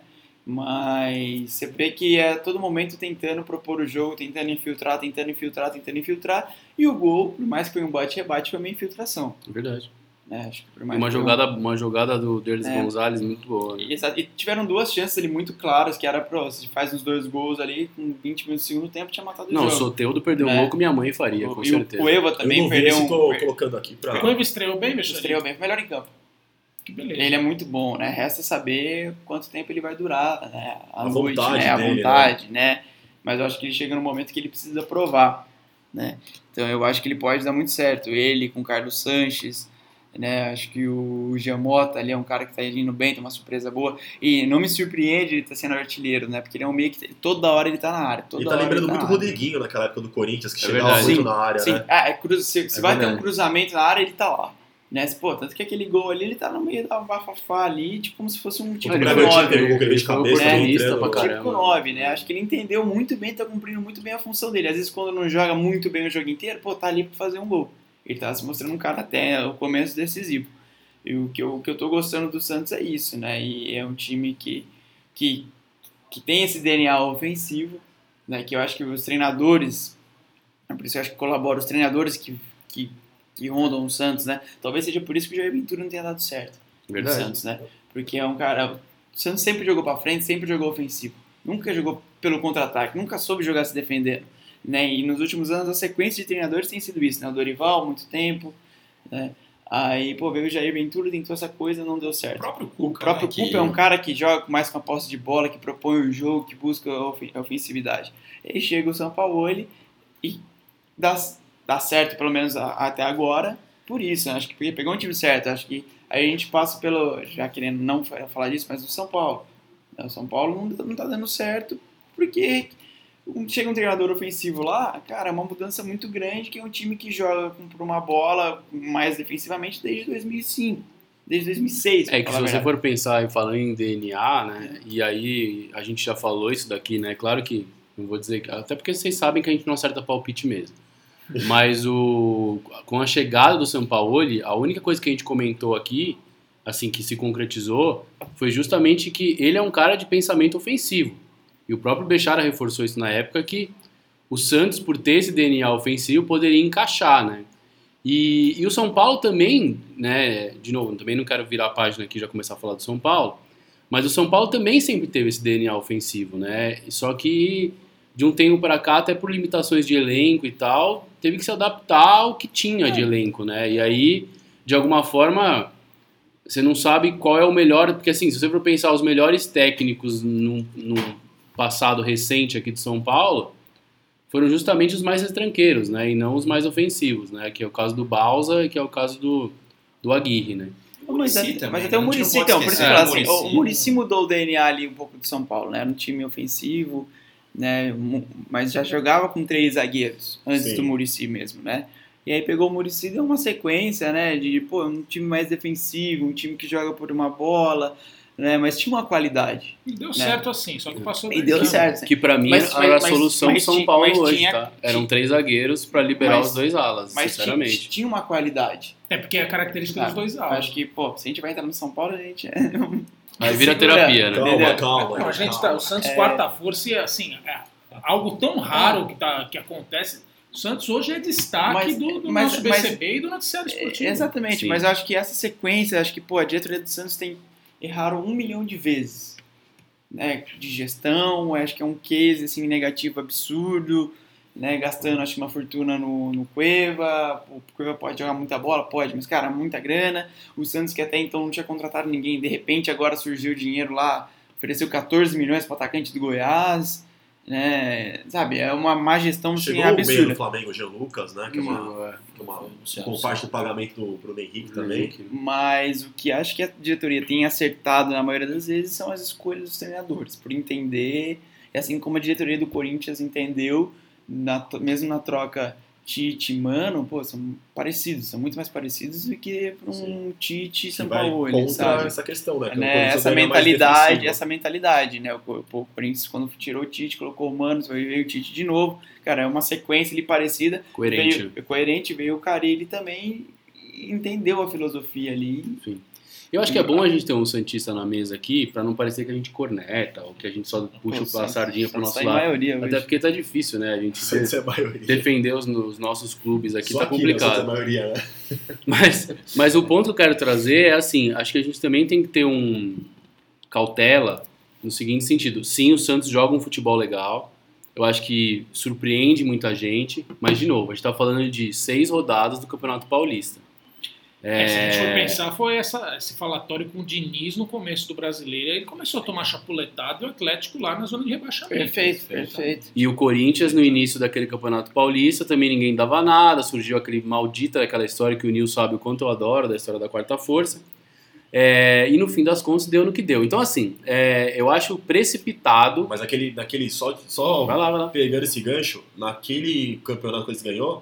C: Mas você vê que é a todo momento tentando propor o jogo, tentando infiltrar, tentando infiltrar, tentando infiltrar. E o gol, por mais que foi um bate-rebate, foi uma infiltração.
D: é Verdade.
C: Né? Acho que por mais
D: Uma
C: que foi um-
D: jogada, uma jogada do Derlis
C: É.
D: Gonzalez muito boa. né?
C: Exato. E tiveram duas chances ali muito claras, que era pro, se faz uns dois gols ali, com 20 minutos do segundo tempo, tinha matado
B: Então,
D: Não,
C: o
D: o
C: jogo.
D: Soteudo perdeu
C: É.
D: um gol que minha mãe faria, com
C: e
D: certeza.
C: o Cueva
B: eu
C: também
B: não vi
C: perdeu
B: esse,
C: um...
B: tô colocando aqui pra...
A: O Cueva estreou bem, Mexer?
C: Estreou bem, foi melhor em campo.
A: Que beleza.
C: Ele é muito bom, né? Resta saber quanto tempo ele vai durar, né? A,
B: A
C: noite,
B: vontade
C: né? A
B: dele,
C: vontade, né? Mas eu acho que ele chega num momento que ele precisa provar, né? Então eu acho que ele pode dar muito certo. Ele com o Carlos Sanches, né? Acho que o Giamota ali é um cara que tá indo bem, tem uma surpresa boa. E não me surpreende ele tá sendo artilheiro, né? Porque ele é um meio que toda hora ele tá na área. Toda
B: Ele tá
C: hora
B: lembrando
C: ele
B: muito
C: na
B: o
C: área.
B: Rodriguinho naquela época do Corinthians, que
D: É
B: chegava
D: verdade.
B: muito
C: Sim,
B: na área,
C: Sim,
B: né?
C: ah, é cruza, se, se
B: É
C: vai ter
B: verdade.
C: um cruzamento na área, ele tá lá. Né? Pô, tanto que aquele gol ali, ele tá no meio da bafafá ali, tipo como se fosse um tipo
B: O
D: Ele
C: de
B: Bragantino
C: nove,
B: teve um gol que ele
D: Ele
B: veio de
D: foi
B: cabeça, Tipo
C: né?
B: ele entrando,
D: pra caralho.
C: Típico
D: Caramba.
C: 9, né? Acho que ele entendeu muito bem, tá cumprindo muito bem a função dele. Às vezes, quando não joga muito bem o jogo inteiro, pô, tá ali pra fazer um gol. Ele tá se mostrando um cara até o começo decisivo. E o que eu, o que eu tô gostando do Santos é isso, né? E é um time que, que, que tem esse DNA ofensivo, né? Que eu acho que os treinadores, é por isso que eu acho que colabora, os treinadores que, que, que rondam o Santos, né? Talvez seja por isso que o Jair Ventura não tenha dado certo do
D: Verdade.
C: Santos, né? Porque é um cara. O Santos sempre jogou pra frente, sempre jogou ofensivo. Nunca jogou pelo contra-ataque, nunca soube jogar se defendendo. Né? E nos últimos anos a sequência de treinadores tem sido isso, né? O Dorival, muito tempo. Né? Aí, pô, veio o Jair Ventura, tentou essa coisa não deu
F: O
C: certo.
F: próprio Cuca,
C: O próprio
F: né,
C: Cuca é um cara que joga mais com a posse de bola, que propõe o jogo, que busca a ofen- a ofensividade. E chega o São Paulo e dá, dá certo, pelo menos a- até agora, por isso. né? Acho que pegou um time certo. Acho que aí a gente passa pelo, já querendo não fa- falar disso, mas o São Paulo. Né, O São Paulo não, não tá dando certo porque um- chega um treinador ofensivo lá, cara, é uma mudança muito grande, que é um time que joga com, por uma bola mais defensivamente desde 2005. Desde 2006, pra
D: É que se
C: falar a
D: você
C: verdade.
D: for pensar e falando em DNA, né? E aí a gente já falou isso daqui, né? Claro que não vou dizer que até porque vocês sabem que a gente não acerta palpite mesmo. Mas o com a chegada do Sampaoli, a única coisa que a gente comentou aqui, assim que se concretizou, foi justamente que ele é um cara de pensamento ofensivo. E o próprio Bechara reforçou isso na época que o Santos, por ter esse DNA ofensivo, poderia encaixar, né? E, e o São Paulo também, né? De novo, também não quero virar a página aqui e já começar a falar do São Paulo, mas o São Paulo também sempre teve esse DNA ofensivo, né? Só que de um tempo para cá, até por limitações de elenco e tal, teve que se adaptar ao que tinha de elenco, né? E aí, de alguma forma, você não sabe qual é o melhor, porque assim, se você for pensar os melhores técnicos num, num passado recente aqui de São Paulo, foram justamente os mais retranqueiros, né? E não os mais ofensivos, né? Que é o caso do Balsa e que é o caso do, do Aguirre, né?
C: O Muricy
F: Muricy
C: até-
F: também,
C: mas
F: né?
C: até o
F: A gente não
C: Muricy,
F: pode
C: então, por isso que eu
F: esquecer
C: falo
F: do
C: assim, o
F: Muricy.
C: o Muricy mudou o DNA ali um pouco de São Paulo, né? Era um time ofensivo, né? Mu- Mas já jogava com três zagueiros antes
B: Sim.
C: do Muricy mesmo, né? E aí pegou o Muricy e deu uma sequência, né? De, pô, um time mais defensivo, um time que joga por uma bola, né? Mas tinha uma qualidade.
A: E deu
C: Né?
A: certo assim, só que passou
C: E
A: dois
C: deu
A: anos.
C: certo. assim.
D: Que pra mim
C: Mas-
D: era
C: mas-
D: a solução
C: mas
D: do São
C: tinha-
D: Paulo
C: mas
D: hoje,
C: tinha-
D: tá? Eram três zagueiros pra liberar
C: Mas-
D: os dois alas,
C: Mas tinha,
D: sinceramente.
C: tinha uma qualidade.
A: É porque é a característica
C: Ah,
A: dos dois
C: Eu
A: alas.
C: acho que, pô, se a gente vai entrar no São Paulo, a gente... é
D: Aí vira
C: segura.
D: terapia, né?
B: Calma,
C: Entendeu?
B: calma.
A: Não, a gente tá, o Santos
C: É.
A: quarta força e assim, é algo tão raro que, tá, que acontece. O Santos hoje é destaque
C: Mas-
A: do, do
C: mas-
A: nosso
C: mas-
A: BCB e do noticiário esportivo.
C: É, Exatamente,
D: Sim.
C: mas eu acho que essa sequência, acho que pô, a diretoria do Santos tem erraram um milhão de vezes. Né, de gestão, acho que é um case assim, negativo absurdo, né, gastando acho que uma fortuna no, no Cueva, o Cueva pode jogar muita bola, pode, mas cara, muita grana, o Santos que até então não tinha contratado ninguém, de repente agora surgiu dinheiro lá, ofereceu 14 milhões para atacante do Goiás, né? Sabe, é uma má gestão assim,
B: Chegou o meio do
C: absurda.
B: Flamengo, o Jean Lucas, né? Que é uma, uma com parte do pagamento do Bruno Henrique também.
C: Mas o que acho que a diretoria tem acertado na maioria das vezes são as escolhas dos treinadores, por entender, e assim como a diretoria do Corinthians entendeu, na to- mesmo na troca Tite e Mano, pô, são parecidos, são muito mais parecidos do que pra um
B: Sim.
C: Tite e
B: Que
C: São
B: vai
C: Paulo,
B: contra
C: é sabe?
B: essa questão, né? que o
C: né,
B: Corinthians
C: essa
B: ainda é mais
C: mentalidade,
B: defensivo.
C: essa mentalidade, né? O, Cor- o Corinthians, quando tirou o Tite, colocou o Manos, aí veio o Tite de novo. Cara, é uma sequência ali parecida.
D: Coerente.
C: Veio, coerente, veio o Carilli também e entendeu a filosofia ali.
D: Eu acho que é bom a gente ter um Santista na mesa aqui, pra não parecer que a gente corneta, ou que a gente só puxa
C: Pô,
D: a
C: Santos-
D: sardinha pro
C: Santos
D: nosso
C: tá em
D: lado.
C: maioria
D: Até
C: hoje.
D: porque tá difícil, né? A gente
B: Isso
D: de-
B: é a maioria.
D: defender os, os nossos clubes aqui
B: Só
D: tá
B: aqui, né, essa é a
D: complicado.
B: maioria, né?
D: Mas, mas o ponto que eu quero trazer é assim, acho que a gente também tem que ter um cautela no seguinte sentido. Sim, o Santos joga um futebol legal. Eu acho que surpreende muita gente, mas de novo, a gente tá falando de seis rodadas do Campeonato Paulista.
A: É, se a gente for pensar, foi essa- esse falatório com o Diniz no começo do brasileiro. Ele começou a tomar chapuletada e o Atlético lá na zona de
D: é
A: rebaixamento.
C: Perfeito,
D: né?
C: perfeito.
D: E o Corinthians, no início daquele Campeonato Paulista, também ninguém dava nada, surgiu aquele maldita, aquela história que o Nil sabe o quanto eu adoro, da história da quarta força. É, e no fim das contas deu no que deu. Então, assim, é, eu acho precipitado.
B: Mas aquele, naquele só, só
D: Vai lá, vai lá.
B: pegando esse gancho, naquele campeonato que eles ganhou,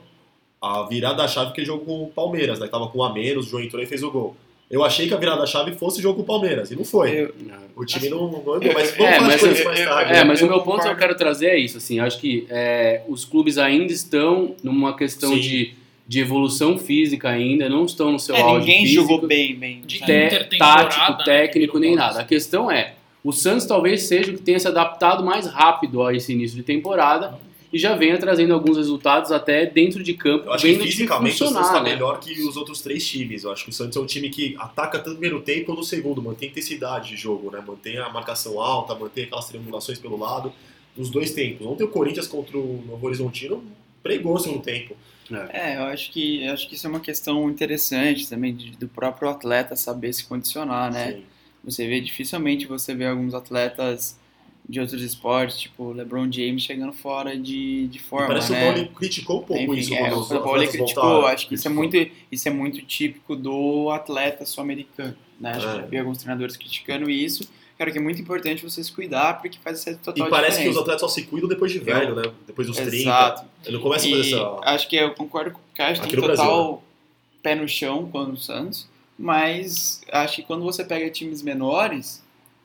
B: a virada da chave que ele jogou com o Palmeiras, né? Que tava com um a menos, o João entrou e fez o gol. Eu achei que a virada da chave fosse jogo com o Palmeiras, e não foi.
C: Eu-
B: O time não não andou, mas
D: É,
B: vamos falar
D: mas
B: de coisas
D: eu-
B: mais
C: eu-
B: tarde.
D: É,
B: né?
D: mas o meu
C: eu
D: ponto que eu
C: concordo.
D: quero trazer é isso, assim, acho que é, os clubes ainda estão numa questão
B: Sim.
D: de, de evolução física ainda, não estão no seu
C: É,
D: auge
C: ninguém
D: físico.
C: jogou bem, bem.
A: De
C: sabe?
D: te-
A: Intertemporada,
D: tático,
A: né,
D: técnico,
A: que
D: nem
A: virou
D: nada. A questão é, o Santos talvez seja o que tenha se adaptado mais rápido a esse início de temporada e já venha trazendo alguns resultados até dentro de campo,
B: Eu acho que
D: vendo o time
B: fisicamente o Santos
D: funcionar,
B: tá
D: né?
B: melhor que os outros três times. Eu acho que o Santos é um time que ataca tanto no primeiro tempo ou no segundo, mantém intensidade de jogo, né? Mantém a marcação alta, mantém aquelas triangulações pelo lado, nos dois tempos. Ontem o Corinthians contra o Novo Horizontino pregou o segundo tempo.
C: É, eu acho que eu acho que isso é uma questão interessante também de- do próprio atleta saber se condicionar, né?
B: Sim.
C: Você vê dificilmente você vê alguns atletas de outros esportes, tipo LeBron James chegando fora de, de
B: E
C: forma,
B: parece que
C: né?
B: o Pauli criticou um pouco
C: Enfim,
B: isso.
C: é,
B: quando
C: o
B: os
C: São Paulo
B: atletas
C: criticou,
B: voltaram.
C: acho que isso é muito isso é muito típico do atleta sul-americano, né? Acho que
B: É.
C: eu vi alguns treinadores criticando isso. Cara, que é muito importante você se cuidar porque faz essa
B: E
C: total
B: parece que os
C: diferença.
B: atletas só se cuidam depois de velho, né? Depois dos 30.
C: Exato.
B: Ele não começa a
C: E
B: fazer essa...
C: Acho que eu concordo com o Caio,
B: Aqui
C: tem
B: no Brasil, né?
C: total pé no chão quando o Santos, mas acho que quando você pega times menores,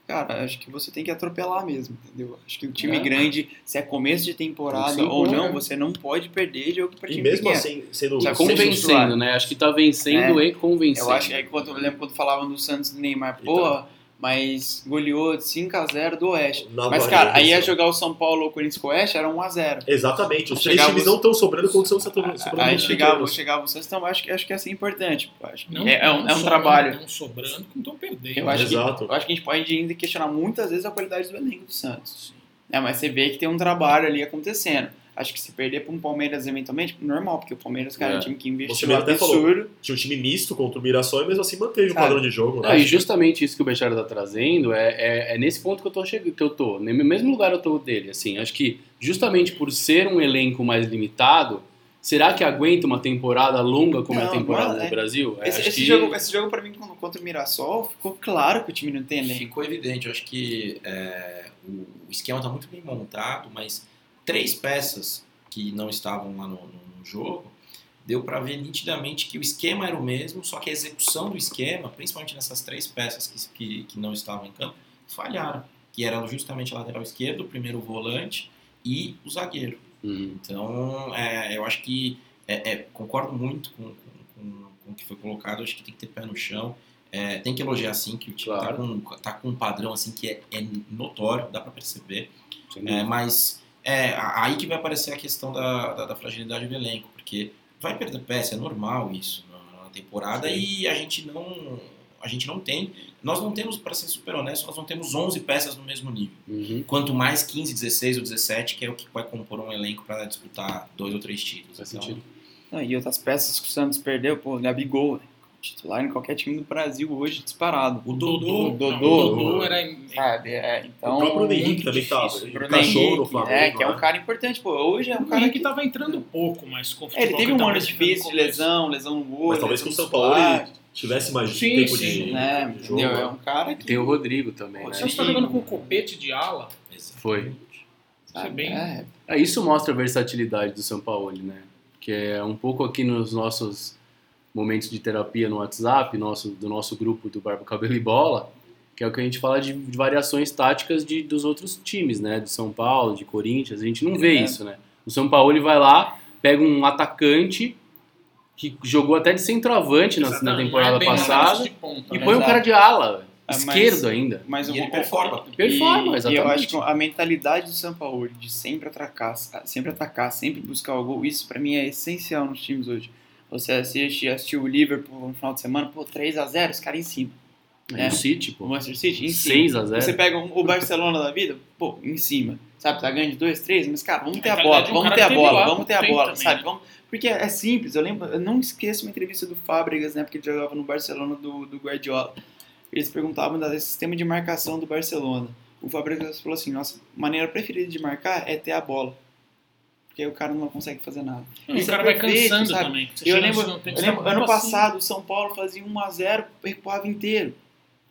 C: cara, acho que você tem que atropelar mesmo, entendeu? Acho que o time
D: É.
C: grande, se é começo de temporada
D: Tem que se
C: ou
D: impor,
C: não,
D: né?
C: você não pode perder jogo para
B: E
C: time
B: mesmo
C: pequeno.
B: assim, sendo...
C: Já
B: sendo
D: Tá Convencendo, né? Acho que tá vencendo e convencendo.
C: Eu acho é que aí quando eu lembro quando falavam do Santos e do Neymar,
B: Então.
C: porra, mas goleou de 5 a 0 do Oeste.
B: na assim,
C: Mas
B: Bahia,
C: cara, aí é ia
B: isso.
C: jogar o São Paulo ou o Corinthians com o Oeste era 1 a 0.
B: Exatamente, os três
C: Chegava
B: times
C: os-
B: não estão sobrando condição de sobrando
C: Aí
B: muito
C: chegava,
B: pequenos.
C: chegava o Santos, então acho que, acho que essa é importante. eu Acho que
A: Não,
C: é, é
A: não
C: um, é um
A: sobrando,
C: trabalho.
A: Não sobrando, não estão perdendo.
C: Eu acho, que,
B: Exato.
C: eu acho que a gente pode ainda questionar muitas vezes a qualidade do elenco do Santos. É, mas você vê que tem um trabalho ali acontecendo. Acho que se perder para um Palmeiras eventualmente, normal, porque o Palmeiras, cara, é,
D: É.
C: um time que
B: Você
C: investiu um
B: mesmo até falou.
C: absurdo.
B: Tinha um time misto contra o Mirassol e mesmo assim manteve
C: Cara,
B: o padrão de jogo.
D: Não,
B: Né?
D: e justamente isso que o Bechara tá trazendo é, é, é nesse ponto que eu tô chegando, que eu tô, no mesmo lugar eu tô dele, assim, acho que justamente por ser um elenco mais limitado, será que aguenta uma temporada longa como é a
C: Não,
D: temporada
C: não,
D: do
C: é.
D: Brasil? É,
C: Esse,
D: acho
C: esse
D: que-
C: jogo, esse jogo para mim contra o Mirassol ficou claro que o time não tem elenco.
F: Ficou evidente, eu acho que é, o o esquema está muito bem montado, mas três peças que não estavam lá no, no- no jogo, deu para ver nitidamente que o esquema era o mesmo, só que a execução do esquema, principalmente nessas três peças que, que, que não estavam em campo, falharam. Que eram justamente a lateral esquerda, o primeiro volante e o zagueiro.
D: Uhum.
F: Então, é, eu acho que é, é, concordo muito com, com- com- com o que foi colocado. Acho que tem que ter pé no chão. É, tem que elogiar sim que o time
D: Claro.
F: tá, com, tá com um padrão assim que é, é notório, dá para perceber.
D: Sem dúvida.
F: É, mas é a- aí que vai aparecer a questão da, da- da fragilidade do elenco, porque vai perder peça, é normal isso na, na temporada
B: Sim.
F: e a gente não a gente não tem, nós não temos para ser super honesto, nós não temos 11 peças no mesmo nível
D: Uhum.
F: quanto mais 15, 16 ou 17, que é o que vai compor um elenco para disputar dois ou três títulos.
D: Faz
F: Então,
D: sentido.
C: Não, e outras peças que o Santos perdeu, pô, Gabigol. né? titular em qualquer time do Brasil hoje disparado.
A: O Dodô,
C: O Dodô.
A: não, o Dodô era em-
C: Sabe? É, então,
B: o próprio Bruno
C: muito
B: Henrique também
C: difícil.
B: tava.
C: Bruno
B: Cachorro no
C: Henrique,
B: Flamengo.
C: É, que é
B: né?
C: um cara importante. Pô, hoje é um
A: O
C: cara
A: cara que
C: que.
A: tava entrando pouco, mas
B: tá
A: com o
C: É, ele
A: futebol
C: teve
A: que
C: um
A: tava
C: ano
A: jogando no
C: difícil de
A: começo.
C: lesão, lesão no olho.
B: Mas talvez com o
C: lesão
B: São Paulo
C: muscular,
B: ele tivesse mais
A: Sim,
B: tempo
A: sim,
B: de,
C: Né?
B: de jogo.
C: Entendeu? É um cara que.
D: Tem o Rodrigo também,
A: Pô,
D: né?
A: Você está jogando com o copete de ala,
D: Foi.
A: isso é bem...
C: É,
D: Ah, Isso mostra a versatilidade do São Paulo, né? Que é um pouco aqui nos nossos momentos de terapia no WhatsApp, nosso, do nosso grupo do Barba Cabelo e Bola, que é o que a gente fala de, de variações táticas de, dos outros times, né? De São Paulo, de Corinthians, a gente não vê
C: É.
D: isso, né? O São Paulo ele vai lá, pega um atacante que jogou até de centroavante na, na
A: Exatamente.
D: temporada
A: É bem um
D: passada
A: negócio de É ponta,
D: e
A: né?
D: põe um
C: Exato.
D: cara de ala,
C: Ah, mas-
D: esquerdo ainda.
C: mas eu
F: E
C: vou
B: é
F: ele performa.
D: Performa,
C: E eu
D: exatamente.
C: acho que a mentalidade do São Paulo de sempre atacar, sempre atacar, sempre buscar o gol, isso pra mim é essencial nos times hoje. Você assiste, assistiu o Liverpool no final de semana, pô, 3x0, os caras em cima.
D: É.
C: É.
D: O City,
C: O
D: pô.
C: Manchester City em cima.
D: 6 a 0
C: Você pega um- o Barcelona da vida, pô, em cima. Sabe, tá ganhando de 2, 3, mas, cara, vamos ter a bola,
A: Mentalidade de um
C: vamos
A: cara
C: ter a
A: que teve
C: bola,
A: lá
C: vamos ter a
A: tem
C: bola,
A: também,
C: sabe?
A: né?
C: Vamos... Porque é simples, eu lembro, eu não esqueço uma entrevista do Fábricas, né, porque ele jogava no Barcelona do, do Guardiola. Eles perguntavam do sistema de marcação do Barcelona. O Fábricas falou assim, nossa, maneira preferida de marcar é ter a bola. Porque aí o cara não consegue fazer nada.
A: E o
C: Isso é
A: cara vai
C: perfeito,
A: cansando
C: sabe?
A: também. Você
C: Eu
A: chega no
C: lembro-
A: segundo tempo,
C: Eu
A: você
C: lembro,
A: tá
C: ano
A: muito
C: passado, o São Paulo fazia 1x0, recuava inteiro.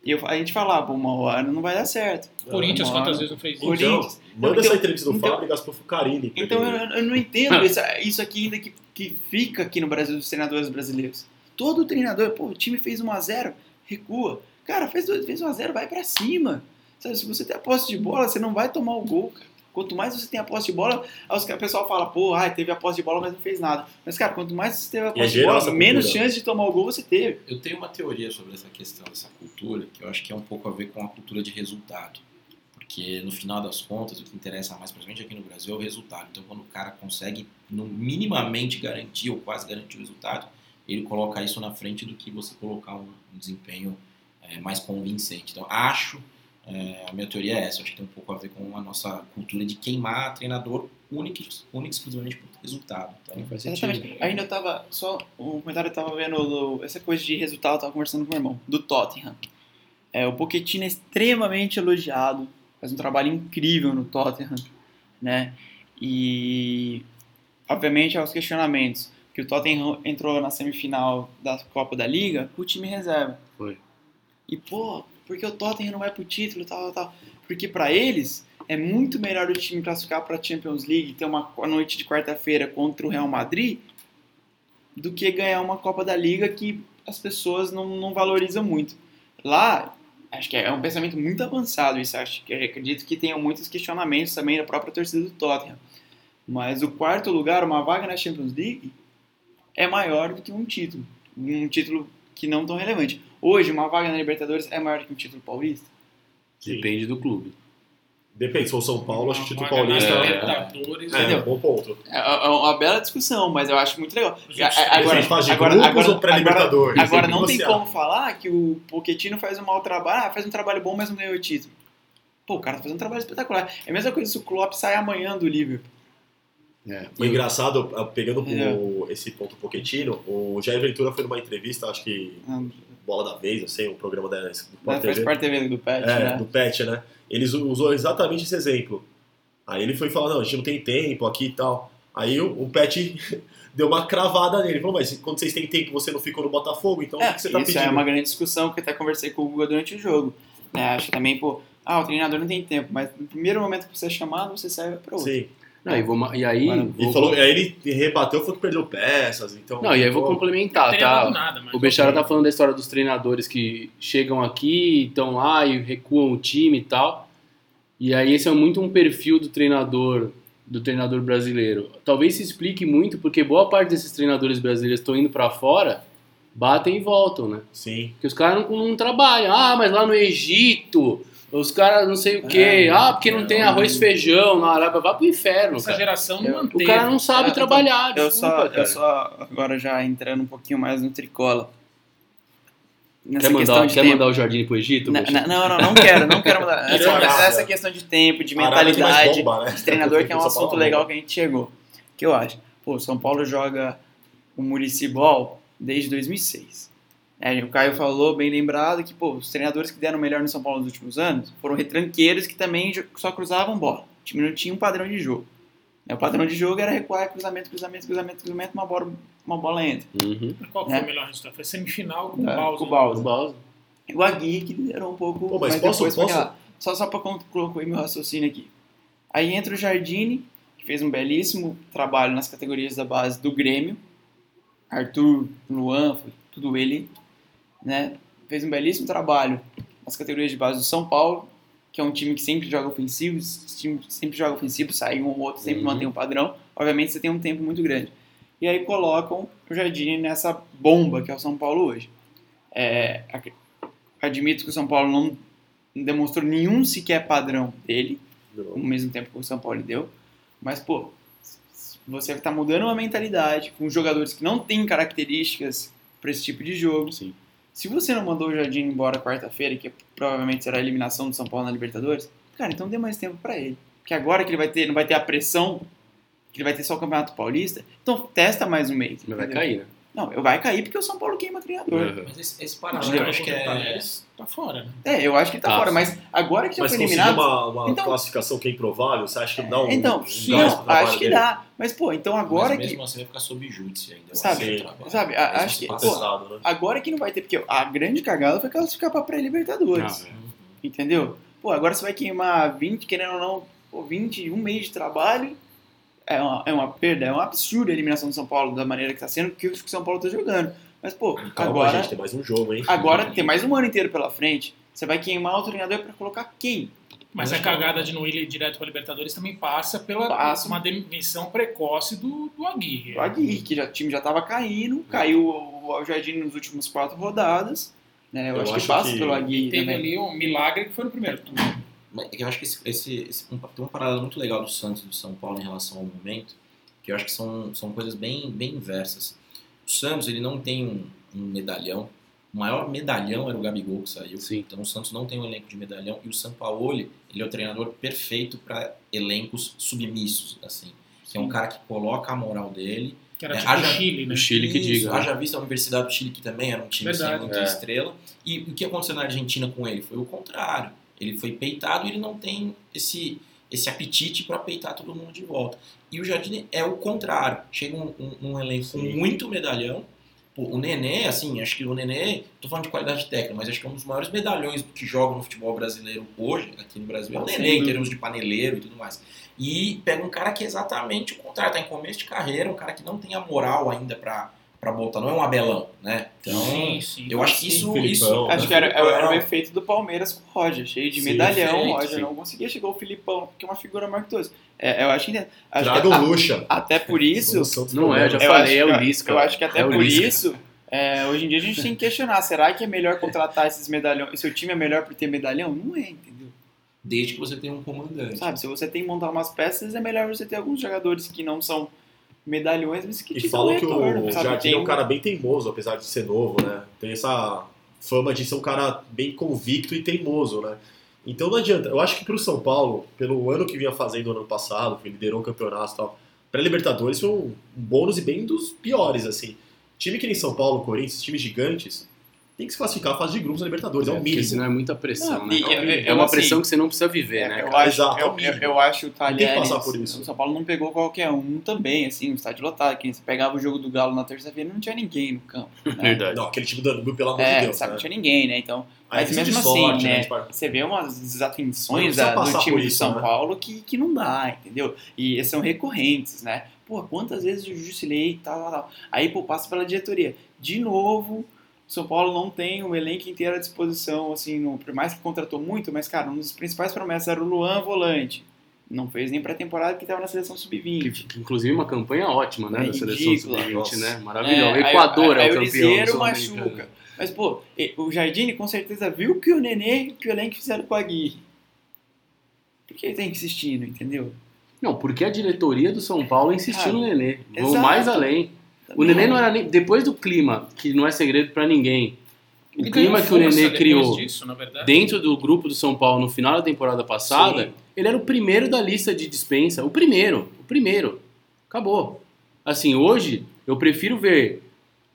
C: E eu- a gente falava, uma hora não vai dar certo.
A: assim. Corinthians,
C: Uma hora.
A: quantas vezes não fez isso?
B: Então,
C: Corinthians.
B: manda
C: Então-
B: essa entrevista do
C: então-
B: Fábricas pro Fucarini. pra
C: Então
B: ele-
C: eu, eu não entendo isso, isso aqui ainda que, que fica aqui no Brasil dos treinadores brasileiros. Todo treinador, pô, o time fez 1x0, recua. Cara, fez, dois- fez 1x0, vai pra cima. Sabe, se você tem a posse de bola, você não vai tomar o gol, cara. Quanto mais você tem a posse de bola, aí os ca- o pessoal fala, pô, ai, teve a posse de bola, mas não fez nada. Mas, cara, quanto mais você teve
B: E
C: a
B: é
C: posse de
B: geral
C: bola,
B: essa
C: menos
B: cultura.
C: chance de tomar o gol você teve.
F: Eu tenho uma teoria sobre essa questão, dessa cultura, que eu acho que é um pouco a ver com a cultura de resultado. Porque no final das contas, o que interessa mais, principalmente aqui no Brasil, é o resultado. Então, quando o cara consegue no, minimamente garantir ou quase garantir o resultado, ele coloca isso na frente do que você colocar um, um desempenho eh, mais convincente. Então, acho, eh, a minha teoria é essa, acho que tem um pouco a ver com a nossa cultura de queimar treinador única e única e exclusivamente por resultado. Então,
D: Faz sentido.
C: Exatamente. Ainda eu tava. Só um comentário, eu tava vendo do- essa coisa de resultado, eu tava conversando com o meu irmão, do Tottenham. É, o Pochettino é extremamente elogiado, faz um trabalho incrível no Tottenham, né? E. Obviamente, há os questionamentos. Que o Tottenham entrou na semifinal da Copa da Liga com o time reserva.
D: Foi.
C: E, pô, por que o Tottenham não vai pro título tal, tal, tal? Porque pra eles é muito melhor o time classificar para a Champions League e ter uma co- noite de quarta-feira contra o Real Madrid do que ganhar uma Copa da Liga que as pessoas não, não valorizam muito. Lá, acho que é um pensamento muito avançado isso. Acho que acredito que tenham muitos questionamentos também da própria torcida do Tottenham. Mas o quarto lugar, uma vaga na Champions League, é maior do que um título. Um título que não tão relevante. Hoje, uma vaga na Libertadores é maior do que um título paulista?
B: Sim.
D: Depende do clube.
B: Depende, se for São Paulo, acho que o título
A: Uma né? vaga na
B: paulista é,
A: Libertadores,
B: é,
A: entendeu?
B: um bom ponto.
C: É é uma bela discussão, mas eu acho muito legal.
A: Os outros
C: A- a- É, Agora,
B: a gente faz de
C: agora,
B: grupos
C: agora,
B: ou pré-libertadores?
C: agora- agora não
B: Você
C: tem
B: acha?
C: como falar que o Pochettino faz um mau trabalho, ah, faz um trabalho bom, mas não ganhou o título. Pô, o cara tá fazendo um trabalho espetacular. É a mesma coisa se o Klopp sai amanhã do Liverpool.
D: É.
B: O engraçado, eh, pegando com
C: É.
B: o- esse ponto um Pochettino, o Jair Ventura foi numa entrevista, acho que
C: Ah,
B: Bola da Vez, não sei, um programa da, do
C: Né?
B: Sport
C: Faz
B: TV.
C: parte da TV do Pet,
B: É,
C: né?
B: do Pet, né? Eles usou exatamente esse exemplo. Aí ele foi falar, não, a gente não tem tempo aqui e tal. Aí o, o Pet deu uma cravada nele. Ele falou, mas quando vocês têm tempo, você não ficou no Botafogo, então o
C: É,
B: que que você tá
C: isso
B: pedindo?
C: é uma grande discussão que eu até conversei com o Guga durante o jogo. né? acho que também, pô, ah, o treinador não tem tempo, mas no primeiro momento que você é chamado, você serve pra outro.
B: Sim.
D: Não, e, vou ma- e aí.
C: Maravilha.
B: E
D: Vou,
B: falou, aí ele rebateu, falou que perdeu peças, então...
D: Não, e aí vou
B: Pô,
A: Não
D: complementar,
A: teria dado
D: tá?
A: nada, mas...
D: O Bechara tá falando da história dos treinadores que chegam aqui, estão lá e recuam o time e tal. E aí esse é muito um perfil do treinador do treinador brasileiro. Talvez se explique muito porque boa parte desses treinadores brasileiros estão indo pra fora, batem e voltam, né?
B: Sim.
D: Porque os caras não, não trabalham. Ah, mas lá no Egito, os caras não sei o quê.
C: É,
D: ah, porque não tem
C: é,
D: arroz e feijão na Arábia. Vai pro inferno,
A: Essa
D: cara.
A: geração não
C: Eu- o
A: manteve.
D: O cara não sabe
C: É,
D: trabalhar,
C: Eu
D: desculpa,
C: só,
D: cara.
C: eu só agora já entrando um pouquinho mais no tricola. Nessa
D: Quer mandar,
C: questão de
D: quer
C: tempo.
D: mandar o Jardim pro Egito?
C: Na-
D: bicho?
C: na- não, não, não quero, não quero mandar. Essa,
B: Irônico.
C: essa- essa questão de tempo, de
B: Arábia tem mais
C: mentalidade,
B: bomba, né?
C: de treinador, que é um
B: Só
C: assunto
B: fala
C: legal
B: bomba.
C: que a gente chegou. Que eu acho. Pô, o São Paulo joga o Murici Ball desde 2006. É, o Caio falou, bem lembrado, que pô, os treinadores que deram melhor no São Paulo nos últimos anos foram retranqueiros que também jo- só cruzavam bola. O time não tinha um padrão de jogo. né? O padrão de jogo era recuar, cruzamento, cruzamento, cruzamento, cruzamento, uma bola, uma bola entra.
D: Uhum.
A: Qual que foi
C: É.
A: o melhor resultado? Foi semifinal com o
C: né?
A: Bausa.
C: Com o Bausa.
B: O Bausa.
C: E o Agui que liderou um pouco.
B: Pô, mas posso-
C: depois foi
B: posso-
C: aquela- Só, só pra con- concluir meu raciocínio aqui. Aí entra o Jardine, que fez um belíssimo trabalho nas categorias da base do Grêmio. Arthur, Luan, foi tudo ele. Né? Fez um belíssimo trabalho nas categorias de base do São Paulo, que é um time que sempre joga ofensivo, esse time sempre joga ofensivo, sai um ou outro, sempre
D: Uhum.
C: mantém o padrão. Obviamente você tem um tempo muito grande. E aí colocam o Jardine nessa bomba que é o São Paulo hoje. É, ac- admito que o São Paulo não não demonstrou nenhum sequer padrão dele, ao mesmo tempo que o São Paulo deu. Mas, pô, você está mudando uma mentalidade com jogadores que não têm características para esse tipo de jogo.
D: Sim.
C: Se você não mandou o Jardim embora quarta-feira, que provavelmente será a eliminação do São Paulo na Libertadores, cara, então dê mais tempo para ele. Porque agora que ele vai ter, não vai ter a pressão, que ele vai ter só o Campeonato Paulista, então testa mais um mês.
D: Mas vai
C: entendeu?
D: cair, né?
C: Não, vai cair porque o São Paulo queima criador.
D: Uhum.
A: Mas esse, esse
F: Eu
A: paralelo
F: acho que
A: contra o
F: é-
A: Palmeiras tá fora, né?
C: É, eu acho que tá
D: Tá.
C: fora, mas agora que já
B: Mas
C: foi
B: conseguiu
C: eliminado.
B: uma, uma
C: Então-
B: classificação que é improvável, você acha que dá um.
C: Então,
B: um
C: sim,
B: gás
C: não,
B: pro trabalho
C: acho que
B: dele?
C: dá. Mas, pô, então agora
F: Mas
C: que.
F: mesmo assim vai ficar sob júdice ainda. eu
C: Sabe,
F: acho,
B: sim.
F: o trabalho.
C: Sabe, a-
F: Mesmo
C: acho que-
F: passado.
B: Passado, né?
C: Agora que não vai ter, porque a grande cagada foi classificar pra
B: é.
C: pré-Libertadores.
D: Ah,
C: Entendeu? Pô, agora você vai queimar 20, querendo ou não, pô, 20, um mês de trabalho. É uma, é uma perda, é um absurdo a eliminação do São Paulo da maneira que tá sendo, que o que o São Paulo tá jogando. Mas, pô,
B: Calma,
C: agora.
B: gente, tem mais um jogo, hein?
C: Agora tem mais um ano inteiro pela frente. Você vai queimar o treinador pra colocar quem?
A: Mas
B: é
A: a cagada de não ir direto para Libertadores também passa pela
C: Passa.
A: uma demissão precoce do, do Aguirre.
C: O Aguirre, que já, o time já tava caindo, caiu o, o Jardim nos últimos quatro rodadas. Né? Eu,
B: Eu
C: acho,
B: acho
C: que passa
B: que
C: pelo Aguirre.
A: Teve
C: né?
A: ali um milagre que foi no primeiro turno.
F: Mas Eu acho que esse, esse- esse- um- tem uma parada muito legal do Santos e do São Paulo em relação ao momento, que eu acho que são, são coisas bem, bem inversas. O Santos ele não tem um, um medalhão. O maior medalhão era o Gabigol que saiu.
D: Sim.
F: Então o Santos não tem um elenco de medalhão. E o Sampaoli, ele é o treinador perfeito para elencos submissos, assim. Que é um cara que coloca a moral dele
A: Que era
F: É,
A: tipo o
F: haja-
A: Chile, né?
D: O Chile que
F: Isso,
D: diga.
C: Ah,
D: né?
F: Haja visto a Universidade do Chile, que também era um time sem
A: Verdade.
F: muita
D: É.
F: estrela. E o que aconteceu na Argentina com ele? Foi o contrário. Ele foi peitado e ele não tem esse, esse apetite para peitar todo mundo de volta. E o Jardim é o contrário. Chega um, um, um elenco com
B: Sim.
F: muito medalhão. Pô, o Nenê, assim, acho que o Nenê, tô falando de qualidade técnica, mas acho que é um dos maiores medalhões que jogam no futebol brasileiro hoje, aqui no Brasil, é o
C: Sem
F: Nenê, em
C: dúvida.
F: termos de paneleiro e tudo mais. E pega um cara que é exatamente o contrário, tá em começo de carreira, um cara que não tem a moral ainda pra, pra botar, não é um abelão, né? Então,
A: Sim, sim.
F: eu acho que isso.
B: Filipão,
F: isso
B: né?
C: Acho que era, era o efeito do Palmeiras com o Roger, cheio de
B: Sim,
C: medalhão.
F: sim,
C: o Roger
F: sim.
C: não conseguia, chegou o Filipão, que é uma figura maior que todos. É, eu acho que, acho
B: Traga
C: que
B: o Lucha.
C: a- até por isso,
D: Não é, já
C: Eu
D: falei, é
C: acho
D: o
C: que-
D: Lisca.
C: eu acho que até
D: É o
C: por
D: Lisca.
C: isso, é, hoje em dia a gente tem que questionar: será que é melhor contratar esses medalhões? Seu time é melhor por ter medalhão? Não é, entendeu?
F: Desde que você tenha um comandante.
C: Sabe, se você tem que montar umas peças, é melhor você ter alguns jogadores que não são medalhões, mas que né?
B: E
C: te
B: falam
C: dão
B: que
C: retorno,
B: o
C: sabe?
B: Jardim
C: Tem
B: é um cara bem teimoso, apesar de ser novo, né? Tem essa fama de ser um cara bem convicto e teimoso, né? Então não adianta. Eu acho que pro São Paulo, pelo ano que vinha fazendo ano passado, que liderou o campeonato e tal, pré-Libertadores foi um bônus e bem dos piores, assim. Time que nem São Paulo, Corinthians, times gigantes, tem que se classificar a fase de grupos da Libertadores, é, o
D: Porque
B: mínimo.
D: senão é muita pressão,
C: um Não,
D: né?
C: e- e-
D: É uma
C: assim,
D: pressão que você não precisa viver,
C: É,
D: né?
C: eu,
D: cara?
C: acho,
B: Exato, é o
C: eu, eu-
B: mínimo.
C: eu acho o
B: que
C: Talheres.
B: passar por isso.
C: O São Paulo não pegou qualquer um também, assim, o estádio lotado. Que nem você pegava o jogo do Galo na terça-feira não tinha ninguém no campo. Né?
D: Verdade.
B: Não, aquele time do Danube, pelo amor de
C: é,
B: Deus.
C: sabe,
B: né?
C: não tinha ninguém, né? Então,
B: Aí
C: mas
B: precisa de
C: mesmo
B: sorte, Tipo,
C: assim, né?
B: de par-
C: você vê umas
B: Não
C: desatenções
B: precisa
C: da- do
B: passar
C: time
B: por
C: de
B: isso,
C: São
B: né?
C: Paulo que, que não dá, entendeu? E são recorrentes, né? Pô, quantas vezes o Jusilei e tal, tal, tal. Aí, pô, passa pela diretoria. De novo, São Paulo não tem o elenco inteiro à disposição, assim, no- por mais que contratou muito, mas, cara, um dos principais promessas era o Luan Volante. Não fez nem pré-temporada que tava na seleção
D: Que,
C: sub-20.
D: que, inclusive uma campanha ótima, né?
C: um É
D: da seleção
C: ridícula,
D: sub-20,
B: nossa.
D: né?
C: É,
D: Maravilhosa.
C: aí-
D: Equador
C: aí
D: é o campeão.
C: o Liseiro
D: do Sul-Americano.
C: machuca. Mas, pô, e- o Jardine com certeza viu que o Nenê e que o elenco fizeram com a Aguirre. Por que ele tá insistindo, entendeu?
D: Não, porque a diretoria do São Paulo insistiu
C: Cara,
D: no Nenê. Vou
C: exato.
D: mais além.
C: Tá
D: O Nenê não era nem. Depois do clima, que não é segredo pra ninguém, o
A: Ele ganhou
D: clima que o
A: força
D: Nenê
A: depois
D: criou
A: Disso, na verdade.
D: dentro do grupo do São Paulo no final da temporada passada,
C: Sim.
D: ele era o primeiro da lista de dispensa. O primeiro. O primeiro. Acabou. Assim, hoje, eu prefiro ver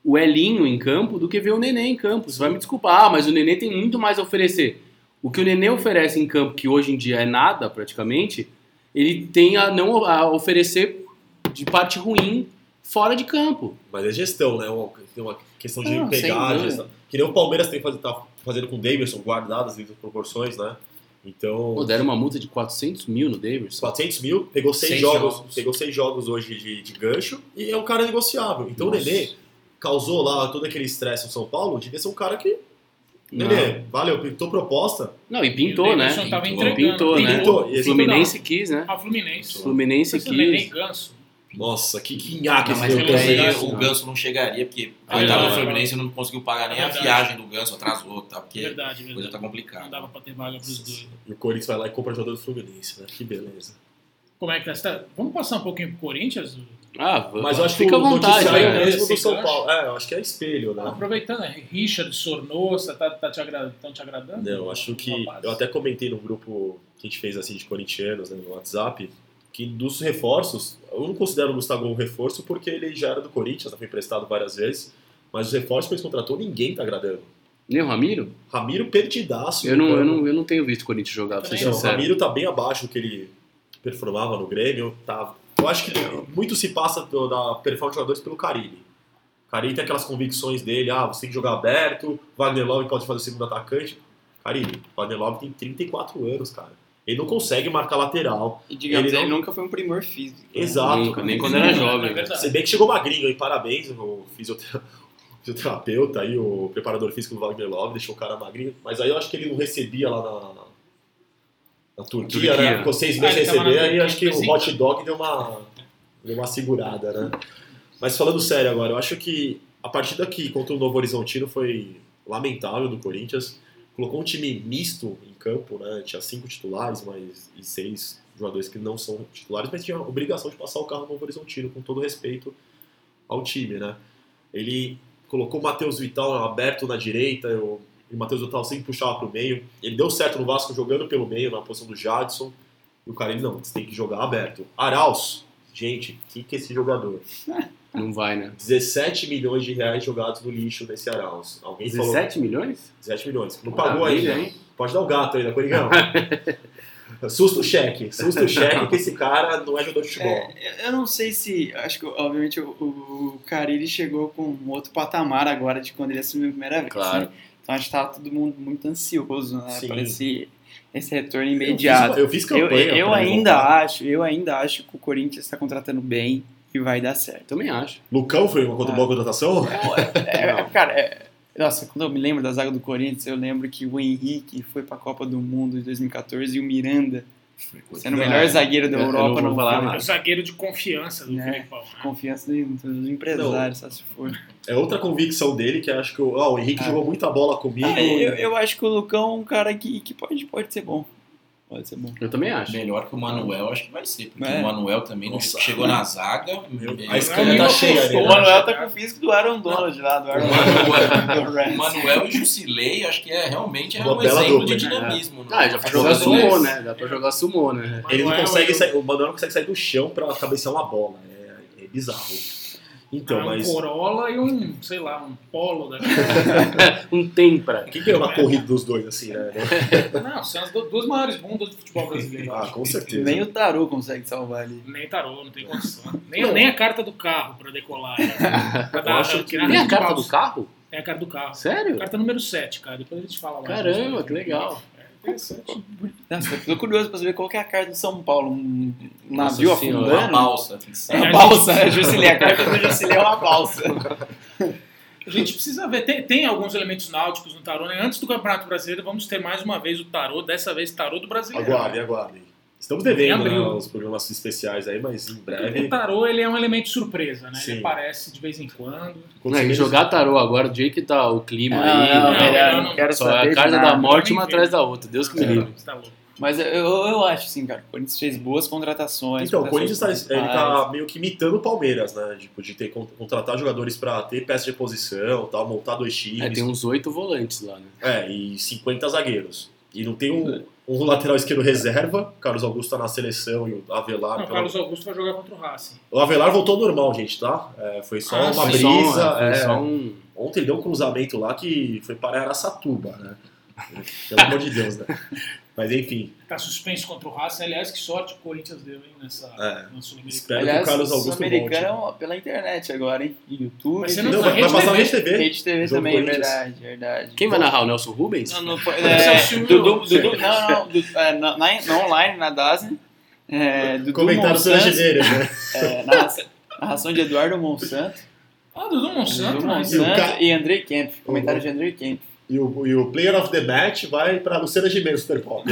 D: o Elinho em campo do que ver o Nenê em campo. Você vai me desculpar, ah, mas o Nenê tem muito mais a oferecer. O que o Nenê oferece em campo, que hoje em dia é nada praticamente, ele tem a não a oferecer de parte ruim fora de campo.
B: Mas é gestão, né? Uma- Tem uma questão de
C: Ah, sem
B: pegar,
C: dúvida.
B: gestão. Que nem o Palmeiras tem faz- tá fazendo com o Davidson, guardadas devido às proporções, né? Então,
D: Pô, deram uma multa de 400 mil no Davis.
B: 400 mil, pegou seis,
F: Seis
B: jogos,
F: jogos.
B: pegou seis jogos hoje de, de gancho e é um cara negociável. Então o
D: Nossa.
B: Nenê causou lá todo aquele estresse no São Paulo, devia ser um cara que.
D: Não.
B: Nenê, valeu, pintou proposta.
D: Não, e
A: E
D: pintou,
A: o
D: né?
A: Davidson tava
F: Pintou,
D: Pintou,
A: entregando.
D: né?
B: Pintou,
D: O
B: esse-
D: Fluminense quis, né?
A: Ah, Fluminense.
D: O Fluminense
A: Esse Nenê
D: quis.
A: Ganso.
B: Nossa, que quinhaque
F: Não,
B: esse
F: mas é
B: meu
A: pelo
F: aí
A: menos
B: Ganso.
F: o Ganso não chegaria, porque
A: É
F: ele tava no
A: verdade.
F: Fluminense e não conseguiu pagar nem a
A: Verdade.
F: viagem do Ganso, atrasou, tá? Porque
A: Verdade,
F: a coisa tá
A: verdade. Não
F: complicada.
A: dava pra ter vaga pros dois.
B: E o Corinthians vai lá e compra jogador do Fluminense, né? Que beleza.
A: Como é que tá? Você tá? Vamos passar um pouquinho pro Corinthians?
D: Ah, vamos.
B: Mas eu acho que
D: Fica
B: o
D: à vontade,
A: né?
B: noticiário é o
D: cara.
B: mesmo do
A: Esse
B: São
A: gancho.
B: Paulo. É, eu acho que é espelho, né?
A: Aproveitando, Richard Sornosa, tá, tá te agradando? Estão te agradando?
B: Não, acho que.
A: Rapaz.
B: Eu até comentei no grupo que a gente fez assim de corintianos né, no WhatsApp que dos reforços, eu não considero o Gustavo um reforço porque ele já era do Corinthians, já foi emprestado várias vezes, mas os reforços que ele contratou, ninguém tá agradando.
D: Nem o Ramiro?
B: Ramiro perdidaço.
D: Eu não,
B: no
D: eu,
B: campo.
D: não, eu não tenho visto o Corinthians jogar, pra ser
A: Também não.
B: Não, o
D: sincero.
B: Ramiro tá bem abaixo do que ele performava no Grêmio. Tá, eu acho que muito se passa do- da performance dos jogadores pelo Carilli. O Carilli tem aquelas convicções dele, ah, você tem que jogar aberto, Wagner Love pode fazer o segundo atacante. Carilli, Wagner Love tem 34 anos, cara. Ele não consegue marcar lateral.
D: é-
C: E digamos,
B: Ele
C: ele,
B: não-
C: nunca foi um primor físico. né?
B: Exato.
D: Nunca, nem
B: cara.
D: quando era
A: É
D: jovem.
A: verdade.
B: Se bem que chegou magrinho, hein? Parabéns, o fisiotera- fisioterapeuta aí, o preparador físico do Wagner Love, deixou o cara magrinho. Mas aí eu acho que ele não recebia lá na, na Turquia,
D: Turquia.
B: né? Ficou seis
A: Ah,
B: meses
A: ele
B: sem
A: tava
B: receber,
A: na
B: aí
A: Turquia,
B: acho que o
A: inclusive.
B: hot dog deu uma, deu uma segurada, né? Mas falando sério agora, eu acho que a partida aqui contra o Novo Horizontino foi lamentável do Corinthians. Colocou um time misto em campo, né? Tinha cinco titulares mas, e seis jogadores que não são titulares, mas tinha a obrigação de passar o carro no Novo Horizontino, com todo respeito ao time, né? Ele colocou o Matheus Vital aberto na direita, o, e o Matheus Vital sempre puxava para o meio. Ele deu certo no Vasco jogando pelo meio, na posição do Jadson. E o cara, ele não, você tem que jogar aberto. Arauz, gente, que que é esse jogador?
D: Não vai, né?
B: 17 milhões de reais jogados no lixo nesse Arauz. Alguém falou
D: 17 milhões? Tá
B: 17 milhões. Não pagou
D: Maravilha,
B: ainda.
D: hein?
B: Pode dar o gato ainda, Coringão. Susta o cheque. Susta o cheque que esse cara não é jogador de futebol.
C: É, eu não sei se. Acho que, obviamente, o, o Carilli chegou com um outro patamar agora de quando ele assumiu a primeira vez.
D: Claro.
C: né? Então acho que tava todo mundo muito ansioso né,
B: Sim.
C: para esse, esse retorno
B: Eu fiz-
C: imediato.
B: Eu fiz,
C: Eu,
B: campanha.
C: eu- eu
B: pra ele
C: ainda
B: voltar.
C: acho, eu ainda acho que o Corinthians está contratando bem e vai dar certo.
D: Também acho.
B: Lucão foi uma
C: Ah.
B: contra- boa contratação?
C: É, cara, é- nossa, quando eu me lembro da zaga do Corinthians, eu lembro que o Henrique foi para a Copa do Mundo de 2014 e o Miranda, sendo o
D: Não,
C: melhor zagueiro da
D: eu- eu
C: Europa,
D: não vou falar
C: foi.
D: nada.
A: O É zagueiro de confiança do
C: Né?
A: Filipão. né?
C: Ah. Confiança do- dos empresários, só se for.
B: É outra convicção dele que acho que o- ah, o Henrique
C: Ah.
B: jogou muita bola comigo.
C: Ah, eu, eu acho que o Lucão é um cara que, que pode, pode ser bom. Pode ser bom.
D: Eu também acho.
F: Melhor que o Manuel, acho que vai ser, porque
C: É.
F: o Manuel também não
B: Nossa.
F: chegou na zaga.
B: Meu,
F: ele-
B: a escama
A: tá
F: o-
B: cheia ali,
C: O
B: né?
C: Manuel tá com o físico do Aaron Donald lá, do Aaron Donald. do
F: O
C: Rams.
F: Manuel e o Jusilei, acho que é realmente é
B: Uma
F: um
B: bela
F: exemplo
B: dupla,
F: de
D: né?
F: dinamismo.
D: Ah, já pra jogar sumô,
F: é
D: né? Dá pra jogar sumô, né?
B: Ele não
A: Manuel,
B: consegue
C: é um
A: eu-
B: sair, o Manuel não consegue sair do chão pra cabeçar uma bola. É, é bizarro. Então,
A: Ah, um
B: mas.
A: Corolla e um, sei lá, um Polo. Da...
D: Um tempra.
B: O que, que é uma corrida dos dois, assim, né?
A: Não, são as du- duas maiores bundas do futebol brasileiro.
B: Ah, com certeza.
C: Nem o Taru consegue salvar ali.
A: Nem tarô, não tem condição. Nem, nem a carta do carro pra decolar. né? Pra dar-
B: acho que-
A: tirar
D: Tem a
A: de
D: carta
A: balsa.
D: do carro?
A: Tem a carta do carro.
D: Sério?
A: Carta número 7, cara. Depois a gente fala mais.
D: Caramba, que legal.
A: Interessante.
C: Nossa, eu tô tá curioso pra saber qual que é a carta de São Paulo. Um um
D: Nossa
C: navio
D: senhora.
F: Uma
C: afundando?
F: balsa. assim, tem que ser.
C: É uma balsa, né? Jusilei. A carta do Jusilei é uma balsa.
A: A gente precisa ver, tem, tem alguns elementos náuticos no tarô, né? Antes do Campeonato Brasileiro, vamos ter mais uma vez o tarô, dessa vez tarô do brasileiro.
B: Aguardem, aguardem. Estamos
A: Em
B: devendo né,
A: abril.
B: os programas especiais aí, mas em
A: O
B: breve.
A: tarô, ele é um elemento surpresa, né?
B: Sim.
A: Ele aparece de vez em quando.
B: quando
D: Não,
B: você
D: e
B: vê-
D: jogar tarô agora, do jeito que tá o clima aí.
A: não,
D: né?
A: melhor, não
C: quero
D: Só é a carta
C: nada.
D: da morte uma
A: Nem
D: atrás
A: ver.
D: da outra. Deus que me
A: Você tá-
D: livre.
A: você tá louco.
C: Mas eu, eu, eu acho sim, cara. O Corinthians fez boas contratações.
B: Então, o Corinthians tá,
C: contratações
B: ele
C: pontuais.
B: tá meio que imitando o Palmeiras, né? Tipo, de ter, con- contratar jogadores pra ter peça de posição, tal, montar dois
D: É,
B: times.
D: tem uns oito volantes lá, né?
B: É, e 50 zagueiros. E não tem um, um lateral esquerdo reserva. Carlos Augusto tá na seleção e o Avelar.
A: Não, o
B: pela-
A: Carlos Augusto vai jogar contra o Racing.
B: O Avelar voltou normal, gente, tá? É, foi só
A: Ah,
B: uma
A: sim.
B: brisa.
D: foi
B: é.
D: só um-
B: Ontem ele deu um cruzamento lá que foi para Araçatuba, né? Pelo amor de Deus, né? Mas enfim,
A: Tá suspenso contra o Racing. Aliás, que sorte o Corinthians deu, hein, nessa
B: É.
A: na Sul-Americana.
B: espero
C: Aliás,
B: que o Carlos Augusto volte.
C: Sul-Americana é uma- pela internet agora, hein? YouTube.
A: Mas você
B: Não,
A: Na
B: vai, vai
A: Rede
B: passar na
A: TV.
B: Rede né? TV.
C: Rede TV
B: Jogo
C: também, é
B: Corinthians.
C: verdade, verdade.
D: Quem vai narrar? O Nelson Rubens?
C: Não, não foi.
A: Esse é o
C: É,
A: Silvio.
C: Dudu, Dudu, não, não, Dudu, é, na, na- na online, na DASN. É, Dudu
B: Comentário sobre
C: Monsanto,
B: as gírias, né?
C: é, narra- narração de Eduardo Monsanto,
A: Ah, Dudu Monsanto,
C: Dudu
A: né?
B: E o ca-
C: Monsanto e Andrei Kemp. Comentário de Andrei Kemp.
B: E o, e o player of the match vai para Luciana Gimenez, Super Pop.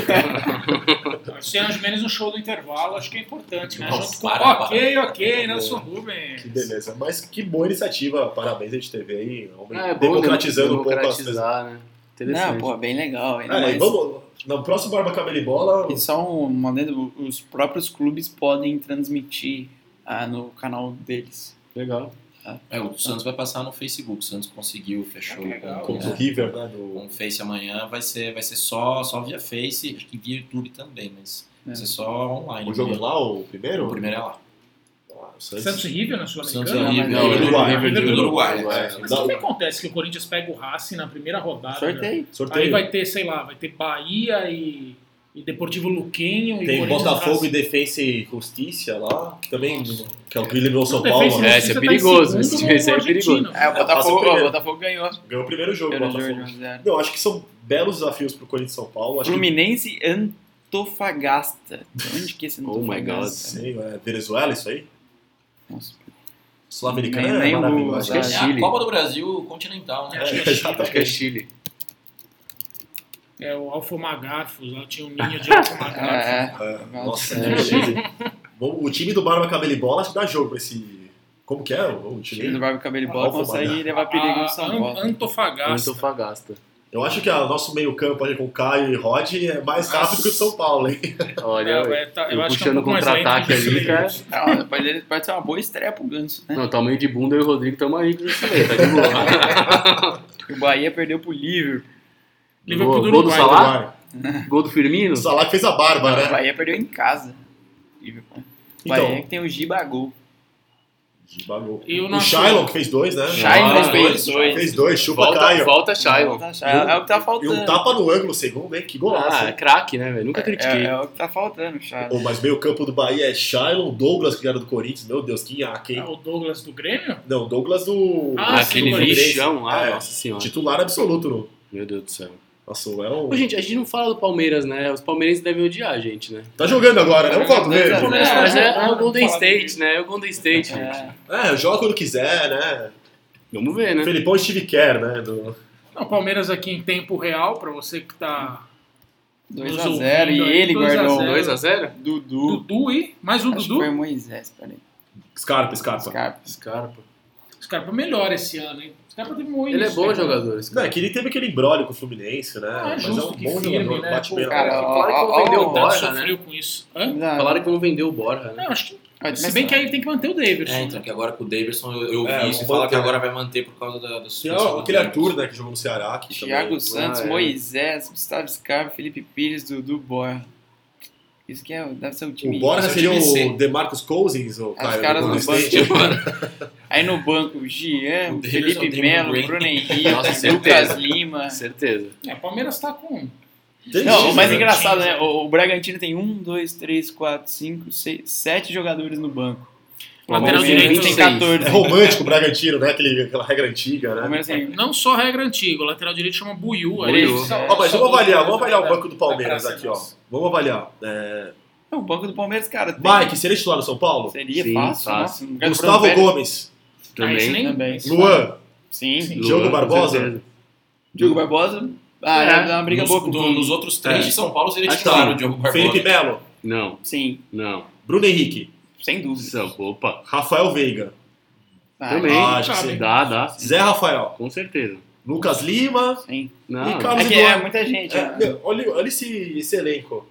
A: Luciano Gimenez no show do intervalo, acho que é importante, né?
F: Nossa,
A: Junto com-
F: para, para.
A: ok, ok, Nelson Rubens.
B: Tá Que beleza. Mas que boa iniciativa, parabéns a Rede TV aí. realmente
D: Ah, é bom
B: democratizando um pouco as coisas.
D: democratizar, né?
C: Não,
D: Interessante.
C: pô, bem legal. Ainda
B: Ah, e
C: mais-
B: vamos, no próximo Barba Cabelo e Bola,
C: E só um adendo, os próprios clubes podem transmitir ah, no canal deles.
D: Legal.
F: É, o Santos vai passar no Facebook. O Santos conseguiu, fechou
A: Ah, que legal.
B: contra o
F: com,
B: River, né?
F: com
B: Do,
F: o Face amanhã. Vai ser, vai ser só, só via Face, acho que via YouTube também, mas vai ser só online.
B: o jogo
F: mesmo.
B: lá, o primeiro?
F: O primeiro é lá.
B: Ah, o Santos.
A: Santos e River na
F: Santos
A: Sul-Americana?
F: é River.
C: Não, mas-
B: Uruguai.
F: River do Uruguai.
B: Uruguai.
F: é.
A: Mas
B: Não.
A: como é que acontece que o Corinthians pega o Racing na primeira
B: Ah,
A: rodada?
C: Sorteio.
B: Sorteio.
A: Aí vai ter, sei lá, vai ter Bahia e, e Deportivo Luquinho e
B: Tem
A: Corinthians
B: Botafogo
A: Racing.
B: e Defensa e Justiça lá, que também
A: Nossa.
B: que é o Guilherme ou São
A: O Defensa
B: Paulo.
A: e
B: né?
D: É,
A: Justiça
D: esse é
A: tá em
D: perigoso,
A: segundo
D: esse-
A: com o
D: esse é
A: Argentino.
D: perigoso.
C: É,
B: Ah,
C: o
B: passa o
C: Botafogo,
B: primeiro.
C: o Botafogo ganhou.
B: Ganhou o primeiro jogo,
C: Primeiro jogo,
B: Botafogo.
C: 1x0.
B: Eu acho que são belos desafios pro Corinthians e São Paulo. Acho que
C: Fluminense e Antofagasta. De Onde que é esse
D: Oh my
B: não
C: Antofagasta?
B: sei, é Venezuela isso aí?
C: Nossa,
B: Sul-Americana
C: Nem-
B: é
C: nem o-
B: maravilhosa.
C: acho que
F: É
D: é
B: né?
F: a
D: Chile.
F: Copa do Brasil continental, né?
A: É, acho que
B: É,
A: é Chile.
D: Acho que é Chile.
A: É o Alfomagarfos, lá tinha um ninho de Alfomagarfos.
C: é,
B: É, Nossa,
C: É.
B: Chile. Bom, o time do Barba Cabelo e Bola acho que dá jogo pra esse. Como que é o, o
C: o time do
B: time?
C: Barba Cabelo e Bola
B: Alfa
C: consegue
B: Bahia.
C: levar perigo
A: Ah,
C: no é São
A: An-
C: Paulo.
A: Antofagasta.
D: Antofagasta.
B: Eu acho que o nosso meio-campo ali com o Caio e Rod é mais rápido que o São Paulo, hein?
A: É,
D: Olha,
A: é, tá-
D: eu
A: acho que é
D: puxando
A: um pouco mais
D: contra-ataque
A: lento que
D: ali,
A: isso.
D: cara.
C: Não, pode, pode ser uma boa estreia pro Ganso, né?
D: Não, tamanho de bunda eu e o Rodrigo estamos aí com isso aí, tá de boa.
C: O Bahia perdeu pro Liverpool.
A: Liverpool do
D: Gol do
A: Uruguai.
D: Salah?
A: Uruguai.
D: Gol do Firmino?
B: O Salah que fez a barba,
C: O
B: né?
C: Bahia perdeu em casa. Liverpool. O
B: Então.
C: Bahia é que tem o Gibagol.
B: Bagulho.
A: E o
B: O
A: nosso-
B: Shailon que fez dois, né?
C: Shailon
F: dois,
C: fez
F: dois.
C: Ah, dois.
B: Fez dois, chupa
D: Volta,
B: Caio.
D: volta Shailon.
C: Tá, É o que tá
B: E
C: faltando.
B: um tapa no ângulo, segundo, hein? Que golaço.
D: Ah, é craque, né, velho? Nunca
C: É,
D: critiquei.
A: um
C: é o que tá faltando, Charles.
B: Pô, mas meio campo do Bahia é Shailon, Douglas, que era do Corinthians. Meu Deus, que
A: Ah,
B: nhaque, hein?
A: o Douglas do Grêmio?
B: Não, Douglas do...
A: Ah,
D: Aquele
A: sim,
B: do Fluminense.
D: bichão lá,
B: É,
D: nossa senhora.
B: Titular absoluto. No...
D: Meu Deus do céu.
B: Nossa, é um...
D: Ô, gente, a gente não fala do Palmeiras, né? Os palmeirenses devem odiar a gente, né?
B: Tá jogando agora, né? Não volta dele.
D: É,
C: É,
D: mas é, é o
A: vamos
D: Golden
A: falar
D: State, né? É o Golden State, gente.
C: É,
B: É, joga quando quiser, né?
D: Vamos ver, né?
B: Felipão e Steve Kerr, né? Do...
A: Não, Palmeiras aqui em tempo real, pra você que tá...
C: 2x0 e
A: Dois a
C: ele
A: zero.
C: guardou um 2
D: 2x0?
C: Dudu.
A: Dudu e... Mais um
C: Acho que
A: Dudu.
C: foi Moisés, peraí.
B: Scarpa, Scarpa.
C: Scarpa.
D: Scarpa.
A: Os caras melhor esse ano, hein? Os caras teve muito.
D: Ele é bom
A: né?
D: jogador, esse
B: Não,
D: cara.
B: é que ele teve aquele embrolho com o Fluminense, né?
A: Ah, é
B: mas é
A: justo
B: um
A: que
B: bom
A: firme,
B: jogador,
A: né?
B: bate
A: Pô,
B: bem na
C: cara,
B: bola.
C: ó,
D: Claro que
C: ó,
D: vão vender
C: ó,
D: o Borja, né?
A: sofreu com isso. Hã?
D: Falaram que vão vender o Borja, né?
A: Não, é. acho que.
C: Mas-
A: Ah, Se bem que aí tem que manter o né? Davidson.
F: É, então, que agora com o Davidson eu, eu vi
B: É,
F: isso e
B: vou
F: fala que
B: manter.
F: agora vai manter por causa da, da
B: E,
F: suspensão
B: Assim, ó,
F: do
B: aquele
F: Davidson.
B: Arthur, né? Que jogou no Ceará. Que
C: Thiago
B: também...
C: Santos,
D: Ah, é.
C: Moisés, Gustavo Scarpa, Felipe Pires, Dudu Borja. Isso que é, deve ser o time.
B: O Borja é
F: Esse é o
B: seria
F: time C.
B: o DeMarcus Cousins, ou
C: É, Os caras
B: do
C: do
B: Golden State?
C: banco. Aí no banco, Gian,
F: O Davidson,
C: Felipe
F: Damon
C: Melo,
F: Green.
C: Bruno
D: Nossa,
C: Henrique,
D: certeza.
C: Lucas Lima.
D: Certeza.
A: É, o Palmeiras tá com.
B: Tem
C: Não,
B: time,
C: o mais
B: né?
C: engraçado, né? O, o Bragantino tem um, dois, três, quatro, cinco, seis, sete jogadores no banco. O
A: Lateral
C: Palmeiras
A: direito
C: tem
A: tem
C: 14.
B: É romântico o Bragantino, né? Aquele, aquela regra antiga,
C: O
B: né?
C: Palmeiras tem
A: Não só regra antiga, o lateral direito chama Buiu. aí
D: Buiú.
A: eles-
C: É.
B: Ó, mas
A: só
B: vamos
A: dois
B: avaliar,
A: jogadores
B: vamos avaliar
A: da-
B: o banco do
A: da
B: Palmeiras
C: Tá
A: praça
B: aqui, ó.
A: nossa.
B: Vamos avaliar. É,
C: É, o banco do Palmeiras, cara. Tem...
B: Mike, seria titular no São Paulo?
C: Seria
D: Sim,
C: fácil,
D: fácil.
C: nossa.
B: Gustavo
C: Bruno Pérez
B: Gomes,
A: Ah, esse
D: Também.
A: nem-
C: Também.
B: Luan,
C: Sim.
A: Sim.
D: Luan,
B: Diogo
D: com
B: Barbosa?
D: certeza.
C: Diogo Barbosa. Ah,
D: É.
C: deve dar uma briga
F: Nos-
C: boa com o
F: do-
C: Bruno.
F: Nos outros três
B: É.
F: de São Paulo seria
D: Acho que
F: titular
D: sim.
F: o Diogo Barbosa.
B: Felipe Melo,
D: Não,
C: Sim,
D: não.
B: Bruno Henrique,
C: sem dúvida.
D: São- Opa.
B: Rafael Veiga,
C: Ah,
D: Também.
B: Ah, acho que
A: sabe.
B: sim.
D: Dá, dá.
B: Zé Rafael,
D: Com certeza.
B: Lucas Lima.
C: Sim.
D: Não.
B: E Carlos
C: É que é muita gente.
B: É,
C: né?
B: meu, olha olha esse, esse elenco.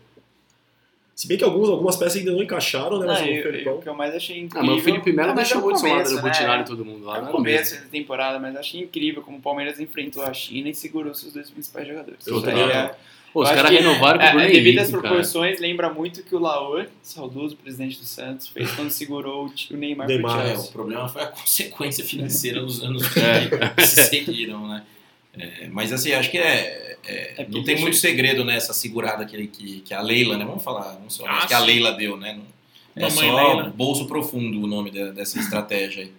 B: Se bem que alguns, algumas peças ainda não encaixaram, né? Mas
C: Não,
B: o
C: Ah, eu- eu-
B: Felipão.
C: o que eu mais achei
D: Ah,
C: incrível.
D: mas o Felipe Melo
C: Não, mas é o
D: deixou o Hudson lá
C: começo,
D: do
C: né?
D: Botinari e todo mundo lá
C: É o
D: no
C: começo
D: começo.
C: da temporada, mas achei incrível como o Palmeiras enfrentou a China e segurou seus dois principais jogadores.
B: Eu
C: Isso aí
B: também.
C: é-
D: Pô, os
C: Eu acho
D: caras
C: que,
D: renovaram com o
C: é,
D: Bruno
C: é, Devido às
D: Henrique, cara.
C: proporções, lembra muito que o Laor, saudoso presidente do Santos, fez quando segurou o tio Neymar pro
B: Neymar,
F: É,
C: Chelsea.
F: o problema foi a consequência financeira nos anos
D: É.
F: que se seguiram, né? É, mas assim, acho que é, é,
C: É
F: não
C: porque
F: tem
C: deixa-
F: muito segredo nessa segurada que, que, que a Leila, né? Vamos falar, vamos falar
A: Ah,
F: que a
A: sim.
F: Leila deu, né? Não- É
A: Mamãe
F: só
A: Leila.
F: bolso profundo o nome de- dessa estratégia aí.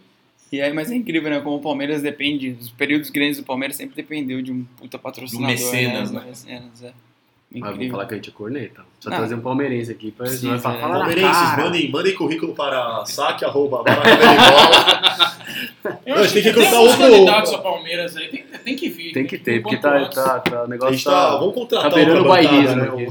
C: E aí, mas é incrível, né? Como o Palmeiras depende, os períodos grandes do Palmeiras sempre dependeu de um puta patrocinador.
F: Do mecenas, né?
C: Do mecenas, é.
D: Ah, vamos
C: Incrível.
D: falar que a gente é corneta. Precisa
C: Não.
D: trazer um palmeirense aqui pra gente
C: Precisa,
D: vai falar.
C: né?
D: fala na
B: Palmeirenses,
D: cara.
B: mandem, mandem currículo para saque, arroba, baracabelibola.
A: Eu
B: Não,
A: acho
B: tem
A: que tem
B: que cortar
A: alguns
B: o-
A: candidatos a Palmeiras aí, tem, tem que vir.
D: Tem que ter,
A: vir
D: porque
A: quanto
D: tá,
A: antes.
D: tá- tá- o
B: A
D: negócio
B: gente tá,
D: tá...
B: vamos contratar
D: tá beirando
B: um
D: o
B: pra
D: bairrismo
B: bancada, né?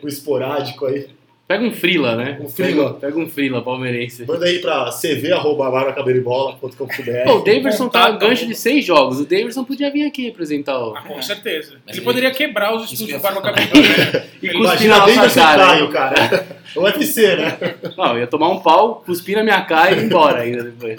B: Um, um esporádico aí.
D: Pega um frila, né?
B: Um
D: Pega,
B: frila.
D: pega um frila palmeirense.
B: Manda aí pra cv, arroba,
A: É,
D: Pô, o
B: baracabelibola.com.br.
D: Davidson tá
A: Contato,
D: no gancho
A: arroba.
D: de seis jogos. O Davidson podia vir aqui apresentar o...
A: Ah, com certeza.
F: Mas
A: Ele
F: aí-
A: poderia quebrar os
F: Isso
A: estudos
F: que eu
A: do
F: ia
A: Barba
F: falar.
A: Cabelo. né?
D: E
A: Ele
D: cuspir
B: Imagina
D: um na nossa
B: Davidson
D: cara. hein?
B: Caio, cara. O UFC, né?
D: Não, eu ia tomar um pau, cuspir na minha cara e ir embora ainda depois.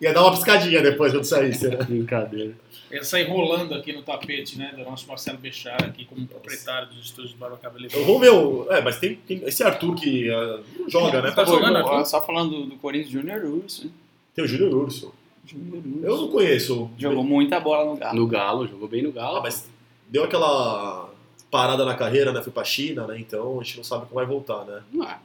B: Ia dar uma piscadinha depois quando saísse, né?
D: Brincadeira.
A: Ele sai rolando aqui no tapete, né? Do nosso Marcelo Bechara aqui, como proprietário dos estúdios do Barba Cabelo.
B: Então, vamos ver o... É, mas tem, tem esse Arthur que ah, não joga, né?
A: Tá jogando,
C: Pô,
A: Arthur?
C: Só falando do Corinthians, Júnior Urso. né?
B: Tem o Júnior Urso.
C: Júnior
B: Eu
C: Urso.
B: não conheço.
C: Jogou muita bola no Galo.
D: Tá. No Galo, jogou bem no Galo.
B: Ah, mas deu aquela parada na carreira, né? Foi pra China, né? Então a gente não sabe como vai voltar, né?
D: Ah,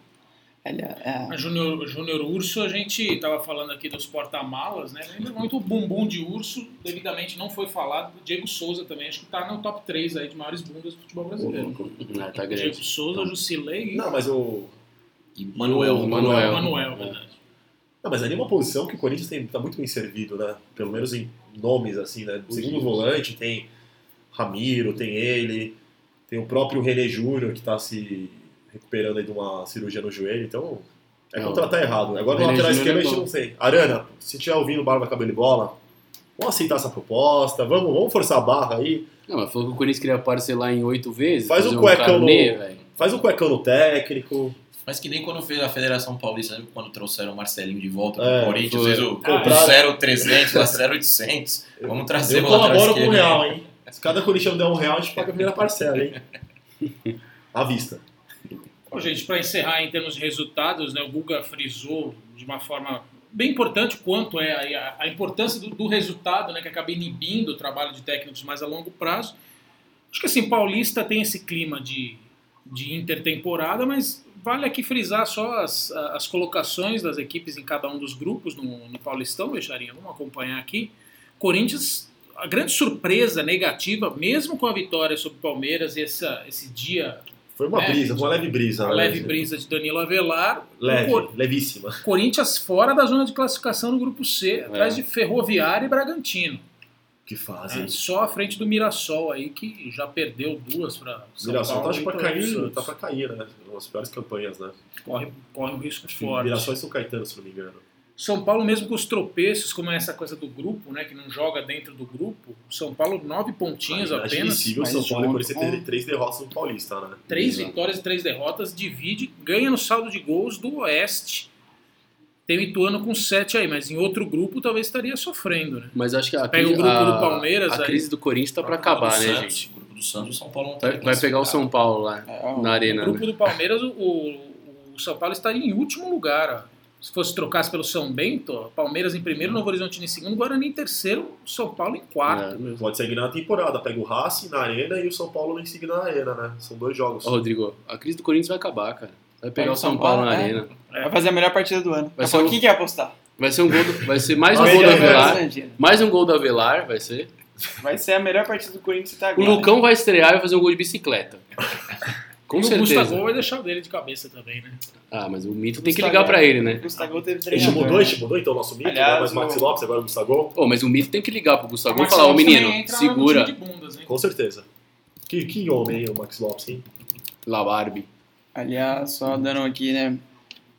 C: Ele é-
A: A Júnior, Júnior Urso, a gente tava falando aqui dos porta-malas, né? Lembra muito o bumbum de urso, devidamente não foi falado. O Diego Souza também, acho que tá no top 3 aí de maiores bundas do futebol
D: Ô,
A: brasileiro.
D: louco. Ah, tá
A: Diego
D: grande.
A: Souza, Jusilei e
B: Não, mas o.
F: E
D: Manuel,
F: é o
D: Manuel.
A: Manuel, né? verdade.
B: Não, mas ali é uma posição que o Corinthians tem, tá muito bem servido, né? Pelo menos em nomes, assim, né? Segundo volante tem Ramiro, tem ele, tem o próprio René Júnior que tá se recuperando aí de uma cirurgia no joelho, então. É
D: Não.
B: contratar errado. Agora no
D: René Júnior
B: lateral esquerdo
D: é
B: a gente
D: bom.
B: não sei. Arana, se tiver ouvindo Barba Cabelo e Bola, vamos aceitar essa proposta, vamos, vamos forçar a barra aí.
D: Não, mas falou que o Corinthians queria parcelar em oito vezes.
B: Faz
D: fazer
B: um cuecão
D: carnê,
B: no-
D: velho.
B: Faz um cuecão no técnico.
F: Mas que nem quando fez a Federação Paulista, lembra quando trouxeram o Marcelinho de volta
B: É,
F: pro Corinthians,
D: foi.
F: fez o,
B: Compraram.
F: o 0,300, lá 0,800. Vamos trazer
B: eu
F: o lateral
B: colaboro com o
F: esquerdo.
B: real, hein? Se cada corintiano der um real, a gente paga a primeira parcela, hein? À vista.
A: Bom, gente, para encerrar em termos de resultados, né, o Guga frisou de uma forma bem importante quanto é aí a, a importância do, do resultado, né, que acaba inibindo o trabalho de técnicos mais a longo prazo. Acho que assim, Paulista tem esse clima de, de intertemporada, mas vale aqui frisar só as, a- as colocações das equipes em cada um dos grupos no, no Paulistão, Beixarinha, vamos acompanhar aqui. Corinthians, a grande surpresa negativa, mesmo com a vitória sobre o Palmeiras e essa, esse dia
B: Foi uma
A: É,
B: brisa, uma leve brisa.
A: a
B: né?
A: leve brisa de Danilo Avelar.
B: Leve,
A: O Cor-
B: levíssima.
A: Corinthians fora da zona de classificação no grupo C,
B: É.
A: atrás de Ferroviária e Bragantino.
B: Que fase,
A: né?
B: hein?
A: Só à frente do Mirassol aí, que já perdeu duas para São
B: Mirassol tá,
A: Paulo.
B: acho,
A: e
B: pra
A: pra
B: cair,
A: Santos.
B: tá pra cair, né? Uma das piores campanhas, né?
A: corre, corre um risco
B: Acho que
A: forte.
B: Mirassol e São Caetano, se não me engano.
A: São Paulo, mesmo com os tropeços, como é essa coisa do grupo, né? Que não joga dentro do grupo. o São Paulo, nove pontinhos apenas.
B: Inadmissível o
C: mas
B: São Paulo e
C: junto
B: Corinthians
C: com-
B: ter três derrotas no Paulista, né?
A: Três
B: Exato.
A: vitórias e três derrotas, divide, ganha no saldo de gols do Oeste. Tem o Ituano com sete aí, mas em outro grupo talvez estaria sofrendo, né?
D: Mas acho que a,
A: Pega o
D: crise-
A: grupo
D: a-
A: do Palmeiras
D: a
A: aí.
D: crise do Corinthians tá pra acabar, né, gente?
F: O grupo do Santos, o São Paulo não tá
D: Vai, vai pegar o São Paulo lá,
C: é, ó,
D: na
A: No
D: arena. né?
A: grupo do Palmeiras, o, o- o São Paulo está em último lugar. ó. Se fosse trocasse pelo São Bento, ó, Palmeiras em primeiro, Novo Horizonte em segundo, Guarani em terceiro, São Paulo em quarto.
D: É.
B: Pode seguir na temporada. Pega o Racing na Arena e o São Paulo nem seguir na Arena, né? São dois jogos.
D: Ô, Rodrigo, a crise do Corinthians vai acabar, cara. Vai pegar
C: Pega
D: o São Paulo, na
A: é.
C: né?
D: arena.
C: Vai fazer a melhor partida do ano.
D: Vai
C: Vai
D: ser um-
C: Quem quer apostar?
D: Vai ser um gol do- vai ser
C: Tá
D: mais um
B: Vai
D: gol do
B: ser,
D: Avelar.
C: Vai,
D: Mais um gol do Avelar, vai ser.
C: né, vai ser a melhor partida do Corinthians até
D: O
C: agora.
D: Lucão vai estrear e vai fazer um gol de bicicleta. Com
A: e o Gustavo
D: certeza.
A: vai deixar o dele de cabeça também, né?
D: Ah, mas o Mito tem que
C: Gustavo-
D: ligar pra ele, né?
C: Gustavo teve
B: A gente
C: treinador.
B: mudou, a
C: né?
B: gente mudou então o nosso mito,
C: Aliás,
B: né? Mas Maxi
C: o-
B: Lopes, agora o Gustavo.
D: Ô, mas o Mito tem que ligar pro Gustavo e
A: Marcelo
D: falar, ô
A: também
D: menino,
A: entra no time
D: segura
A: de bundas, né? hein?
B: Com certeza. Que, que homem, hein, o Max Lopes, hein?
D: La Barbie.
C: Aliás, só dando aqui, né?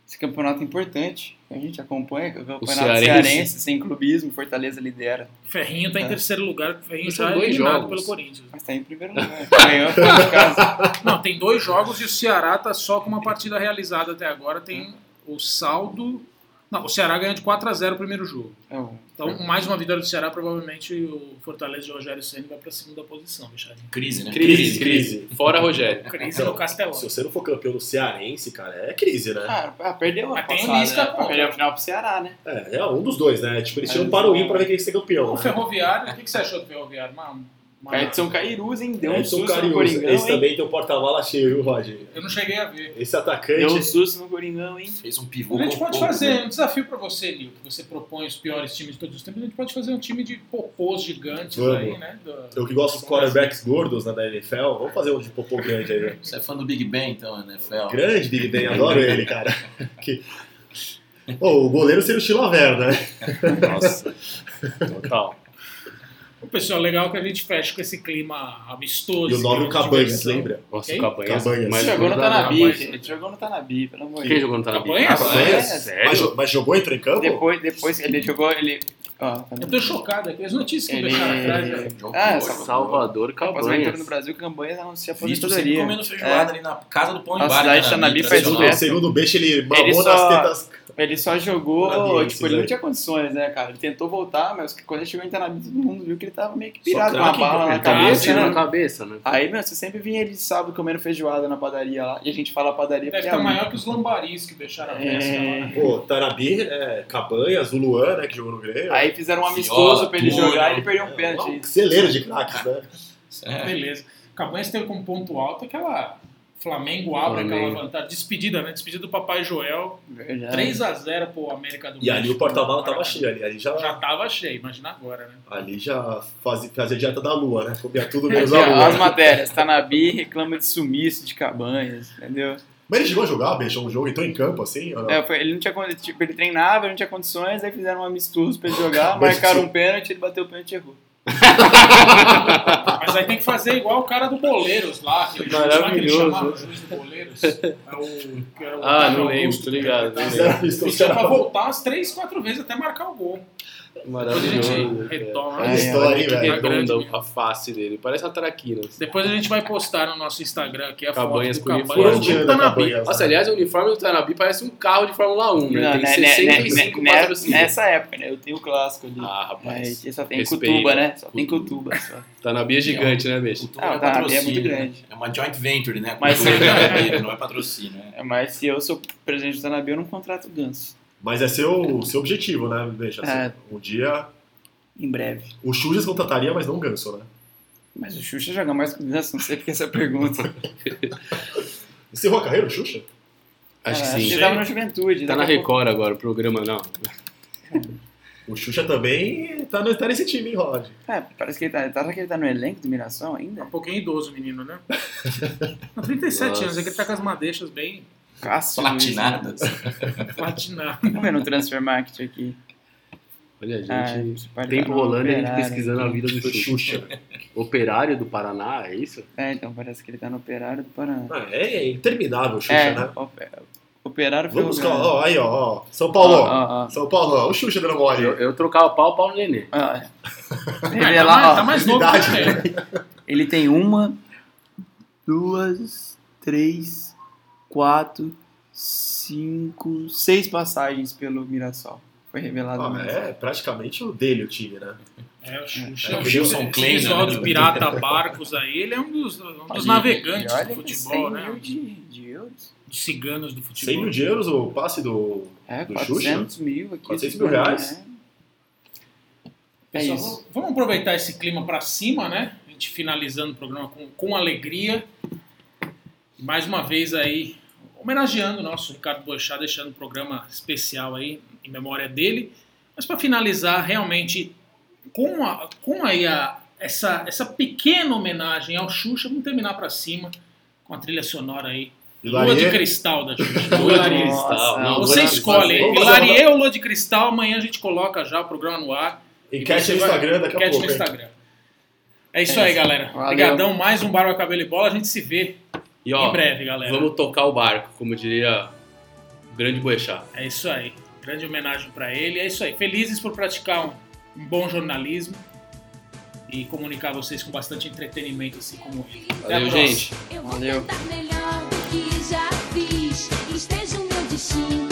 C: Esse campeonato é importante. A gente acompanha é o campeonato
D: cearense.
C: cearense. sem clubismo, Fortaleza lidera.
A: Ferrinho tá em
C: É.
A: terceiro lugar, o Ferrinho
D: São
A: já é
D: dois
A: eliminado
D: jogos.
A: pelo Corinthians.
C: Mas tá em primeiro lugar. Ganhou fora de casa.
A: Não, tem dois jogos e o Ceará tá só com uma partida realizada até agora.
D: É.
A: Tem o saldo. Não, o Ceará ganhou de 4 a 0 o primeiro jogo.
C: É o-
A: Então, mais uma vitória do Ceará, provavelmente o Fortaleza de Rogério Ceni vai para a segunda posição, Michadinho.
F: Crise, né?
D: Crise, crise. Fora
C: É.
D: Rogério.
A: Crise
B: Então,
A: no Castelão.
B: Se você não for campeão do Cearense, cara, é crise, né?
C: Cara, ah, perdeu a
A: Mas tem o
C: passada,
A: Lisca,
C: né?
A: pô.
C: Perdeu a final pro Ceará, né?
B: É, é um dos dois, né? Tipo, eles
C: É,
B: tiram para o Rio
C: é.
B: pra ver quem vai ser campeão.
A: O
B: né?
A: Ferroviário, o que, que você achou do Ferroviário? Uma, uma-
C: Cara, É, Edson Cairuz, hein? Deu um
B: Edson
C: susto no
B: Cariús,
C: Coringão,
B: É, Esse
C: hein?
B: também tem o porta-mala cheio, viu, Roger?
A: Eu não cheguei a ver.
B: Esse
C: Deu um
B: atacante.
C: susto no Coringão, hein?
F: Fez um
A: A
F: pivô.
A: gente
F: com
A: pode
F: pouco, né?
A: fazer um desafio para você, Nil, que você propõe os piores times de todos os tempos. A gente pode fazer um time de popôs gigantes
B: Vamos.
A: aí, né? Do-
B: Eu que gosto dos quarterbacks gordos né, da NFL, vamos fazer um de popô grande aí, né?
F: Você é fã do Big Bang, então, né, Fel?
B: Grande Big Ben, adoro ele, cara. Que... Ô, o goleiro seria o Chilaver, né?
D: Nossa. Total.
A: Pô, Pessoal, legal que a gente fecha com esse clima amistoso.
B: E o nome
A: clima de
B: Cabanhas,
A: diversão.
C: né?
B: lembra?
D: Nossa,
A: Quem?
D: o Cabanhas.
B: Cabanhas.
C: Ele
D: mais
C: jogou no
D: grudado.
C: Tanabi, gente. Ele jogou no Tanabi, pelo amor de
D: Quem
C: Deus.
D: jogou tá no Tanabi?
A: Cabanhas?
B: Cabanhas? Mas,
D: Sério?
B: jo- mas jogou, entrou em campo? Ah,
C: Depois, depois ele jogou, ele... Ó, tá
A: Eu
C: vendo?
A: tô chocado aqui. As notícias que
C: Ele-
A: deixaram atrás. né?
F: Jogo
C: Ah,
F: hoje,
C: Salvador.
D: Salvador
C: Após a aventura no
D: Cabanhas.
C: Brasil, tá Campanhas anuncia
F: Visto sempre
C: aposentadoria.
F: comendo feijoada ali na casa do pão
C: É. A
F: e bar.
C: cidade de Xanabi faz
B: Segundo-
C: tudo, né?
B: Segundo o Beixe, ele mamou
C: Ele
B: nas
C: só-
B: tetas.
C: Ele só jogou,
B: Parabéns,
C: tipo, ele não
B: velho.
C: tinha condições, né, cara? Ele tentou voltar, mas quando ele chegou em Tanabi, todo mundo viu que ele tava meio que pirado com uma
F: craque,
C: bala na
D: Ele tá meio
C: cabeça,
D: tiro na
C: né?
D: cabeça, né?
C: Aí, meu, você sempre vinha ele de sábado comendo feijoada na padaria lá. E a gente fala
A: Deve
C: padaria porque
A: estar
C: é
A: maior que os lambaris que deixaram a festa lá.
C: É...
A: né?
B: Pô, Tarabi, é, Cabanhas, o Luan, né, que jogou no Grêmio.
C: Aí fizeram um amistoso
F: Viola,
C: pra ele
F: Túlio.
C: jogar e ele perdeu um
B: É,
C: pênalti.
B: um celeiro de craques, né?
F: É,
A: Beleza. Cabanhas teve como ponto alto aquela Flamengo abre
D: Flamengo. É.
A: aquela vantagem. Despedida, né? Despedida do Papai Joel.
C: Verdade.
A: 3x0 pro América do
B: E ali o porta-mala tava
A: Maracanã.
B: cheio, ali, ali já,
A: Já tava cheio, imagina agora, né?
B: ali já fazia, fazia dieta da lua, né? Comia tudo menos a
C: Aqui, ó, É, As
B: lua.
C: matérias, Tanabi reclama de sumiço de cabanhas, entendeu?
B: Mas ele chegou a jogar, Beijo, um jogo, entrou em campo, assim? ou não?
C: É, foi- ele não tinha condi- tipo, ele treinava, ele não tinha condições, aí fizeram um amistoso pra ele jogar,
B: Mas
C: marcaram
B: isso-
C: um pênalti, ele bateu o pênalti e errou.
A: Mas aí tem que fazer igual o cara do Boleiros lá. Aquele juiz lá que ele
D: Maravilhoso.
A: chamava o juiz do Boleiros. É o, que era o
D: Ah,
A: Otávio
D: não lembro,
A: Augusto,
D: tô ligado.
A: que era o
B: Fizeram
C: é,
A: Otávio.
B: amistoso,
A: Ele tinha pra
B: cara.
A: voltar umas 3, 4 vezes até marcar o gol. Depois a gente
D: Maravilhoso. Tá cara.
A: retoma.
B: Olha a história, hein, velho?
A: Tá grande
D: Redonda
A: mesmo.
D: a face dele. Parece a traquina. assim.
A: Depois a gente vai postar no nosso Instagram aqui a
D: Tá Cabanhas
A: foto do
D: com
B: Por
A: Cabanhas.
B: onde
A: do
B: anda
A: Tanabi.
B: Cabanhas?
D: Nossa, aliás, o uniforme do Tanabi parece um carro de Fórmula 1, né?
C: Não,
D: Tem
C: né, né, né,
D: 65
C: né, É,
D: patrocínios.
C: Nessa época, né? Eu tenho o clássico ali.
D: assim. Ah,
C: Mas
D: rapaz.
C: só tem
D: respeito.
C: Cutuba, né? Só tem Cutuba. Só.
D: Tanabi é gigante, né,
F: o
D: bicho?
F: Túlio
C: Ah,
F: é
C: tá, é
F: patrocínio,
C: muito
F: né?
C: grande.
F: É uma joint venture, né?
C: Mas-
F: Mas não é patrocínio. né?
C: É, Mas se eu sou presidente do Tanabi, eu não contrato o Ganso.
B: Mas é seu, seu objetivo, né, Beijo? Assim,
C: É.
B: Um dia,
C: Em breve.
B: o Chujas contrataria, mas não o Ganso, né?
C: Mas o Xuxa joga mais que o Ganso, não sei porque essa pergunta.
B: Encerrou a carreira, o Xuxa?
D: Acho
C: Ah,
D: que
C: Ele
D: sim.
C: tava na juventude.
D: Tá
C: daqui
D: na
C: a pouco-
D: Record agora o programa, não.
B: O Xuxa também tá, no- tá nesse time, hein, Roger?
C: É, parece que ele tá. Será que ele tá no elenco do Miração ainda?
A: Um pouquinho idoso, menino, né? Com 37
D: Nossa.
A: anos, é que ele tá com as madeixas bem
C: Cássio.
F: Platinadas.
A: platinadas.
C: Vamos ver no Transfer Market aqui.
D: Olha, a
C: Ah,
D: gente.
C: esse pai
D: Tempo
C: tá no
D: rolando e a gente
C: Operário.
D: pesquisando a vida do Xuxa. Operário do Paraná, é isso?
C: É, então parece que ele tá no Operário do Paraná.
B: Ah, é, é interminável o Xuxa,
C: É,
B: né?
C: op- Operário
B: Vamos buscar,
C: Ferroviário.
B: ó, aí, ó, ó. São Paulo,
C: Ó, ó, ó.
B: São Paulo, ó, o Xuxa dando mole.
D: Eu, eu trocava pau, pau no nenê.
C: Ó, ó.
F: é
A: Ah,
C: Revelar,
A: tá, mais,
C: é ó.
A: tá mais novo
B: Idade,
A: que eu.
C: Ele tem uma, duas, três, quatro, cinco, seis passagens pelo Mirassol. Foi revelado no
B: Ah,
C: Mirassol.
B: é praticamente o dele, o time, né?
A: É, o
F: É,
A: Xuxa.
F: o
A: O
F: Gilson
A: Gilson
F: Klein, né?
A: de pirata, barcos aí, ele é um dos, um dos
C: E-
A: navegantes
C: e olha
A: do
C: que 100
A: futebol, né?
C: mil
A: Um
C: de, de euros.
A: Dos ciganos do
B: 100 mil
A: futebol.
B: de euros o passe do.
C: É,
B: Do
C: 400 mil aqui.
B: 400
C: esses
B: mil reais?
C: né? É
A: Pessoal,
C: isso.
A: vamos- vamos aproveitar esse clima pra cima, né? A gente finalizando o programa com, com alegria. E mais uma vez aí, homenageando o nosso Ricardo Boechat, deixando um programa especial aí em memória dele. Mas para finalizar, realmente, com, a, com aí a, essa, essa pequena homenagem ao Xuxa, vamos terminar pra cima com a trilha sonora aí. Lua de
B: Hilarie.
A: Cristal da Xuxa.
D: Lua de
C: Nossa,
D: cristal. tá? Não,
A: Você
D: Lua de Cristal.
A: escolhe, hein?
B: Vamos fazer uma-
A: Hilarie ou Lua de Cristal, amanhã a gente coloca já o programa no ar.
B: Enquete no
A: Você vai-
B: Instagram daqui a
A: enquete
B: pouco.
A: no
B: hein?
A: Instagram. É isso
C: É
A: aí,
C: isso.
A: galera.
C: Valeu.
A: Obrigadão, mais um Barba Cabelo e Bola. A gente se vê
D: E ó,
A: em breve, galera.
D: vamos tocar o barco, como diria Grande Boechat.
A: É isso aí. Grande homenagem para ele. É isso aí. Felizes por praticar um, um bom jornalismo e comunicar vocês com bastante entretenimento, assim como ele. Até a
D: Valeu,
A: próxima.
D: gente.
G: Eu vou
C: Valeu.
G: cantar melhor do que já fiz. Esteja o meu destino.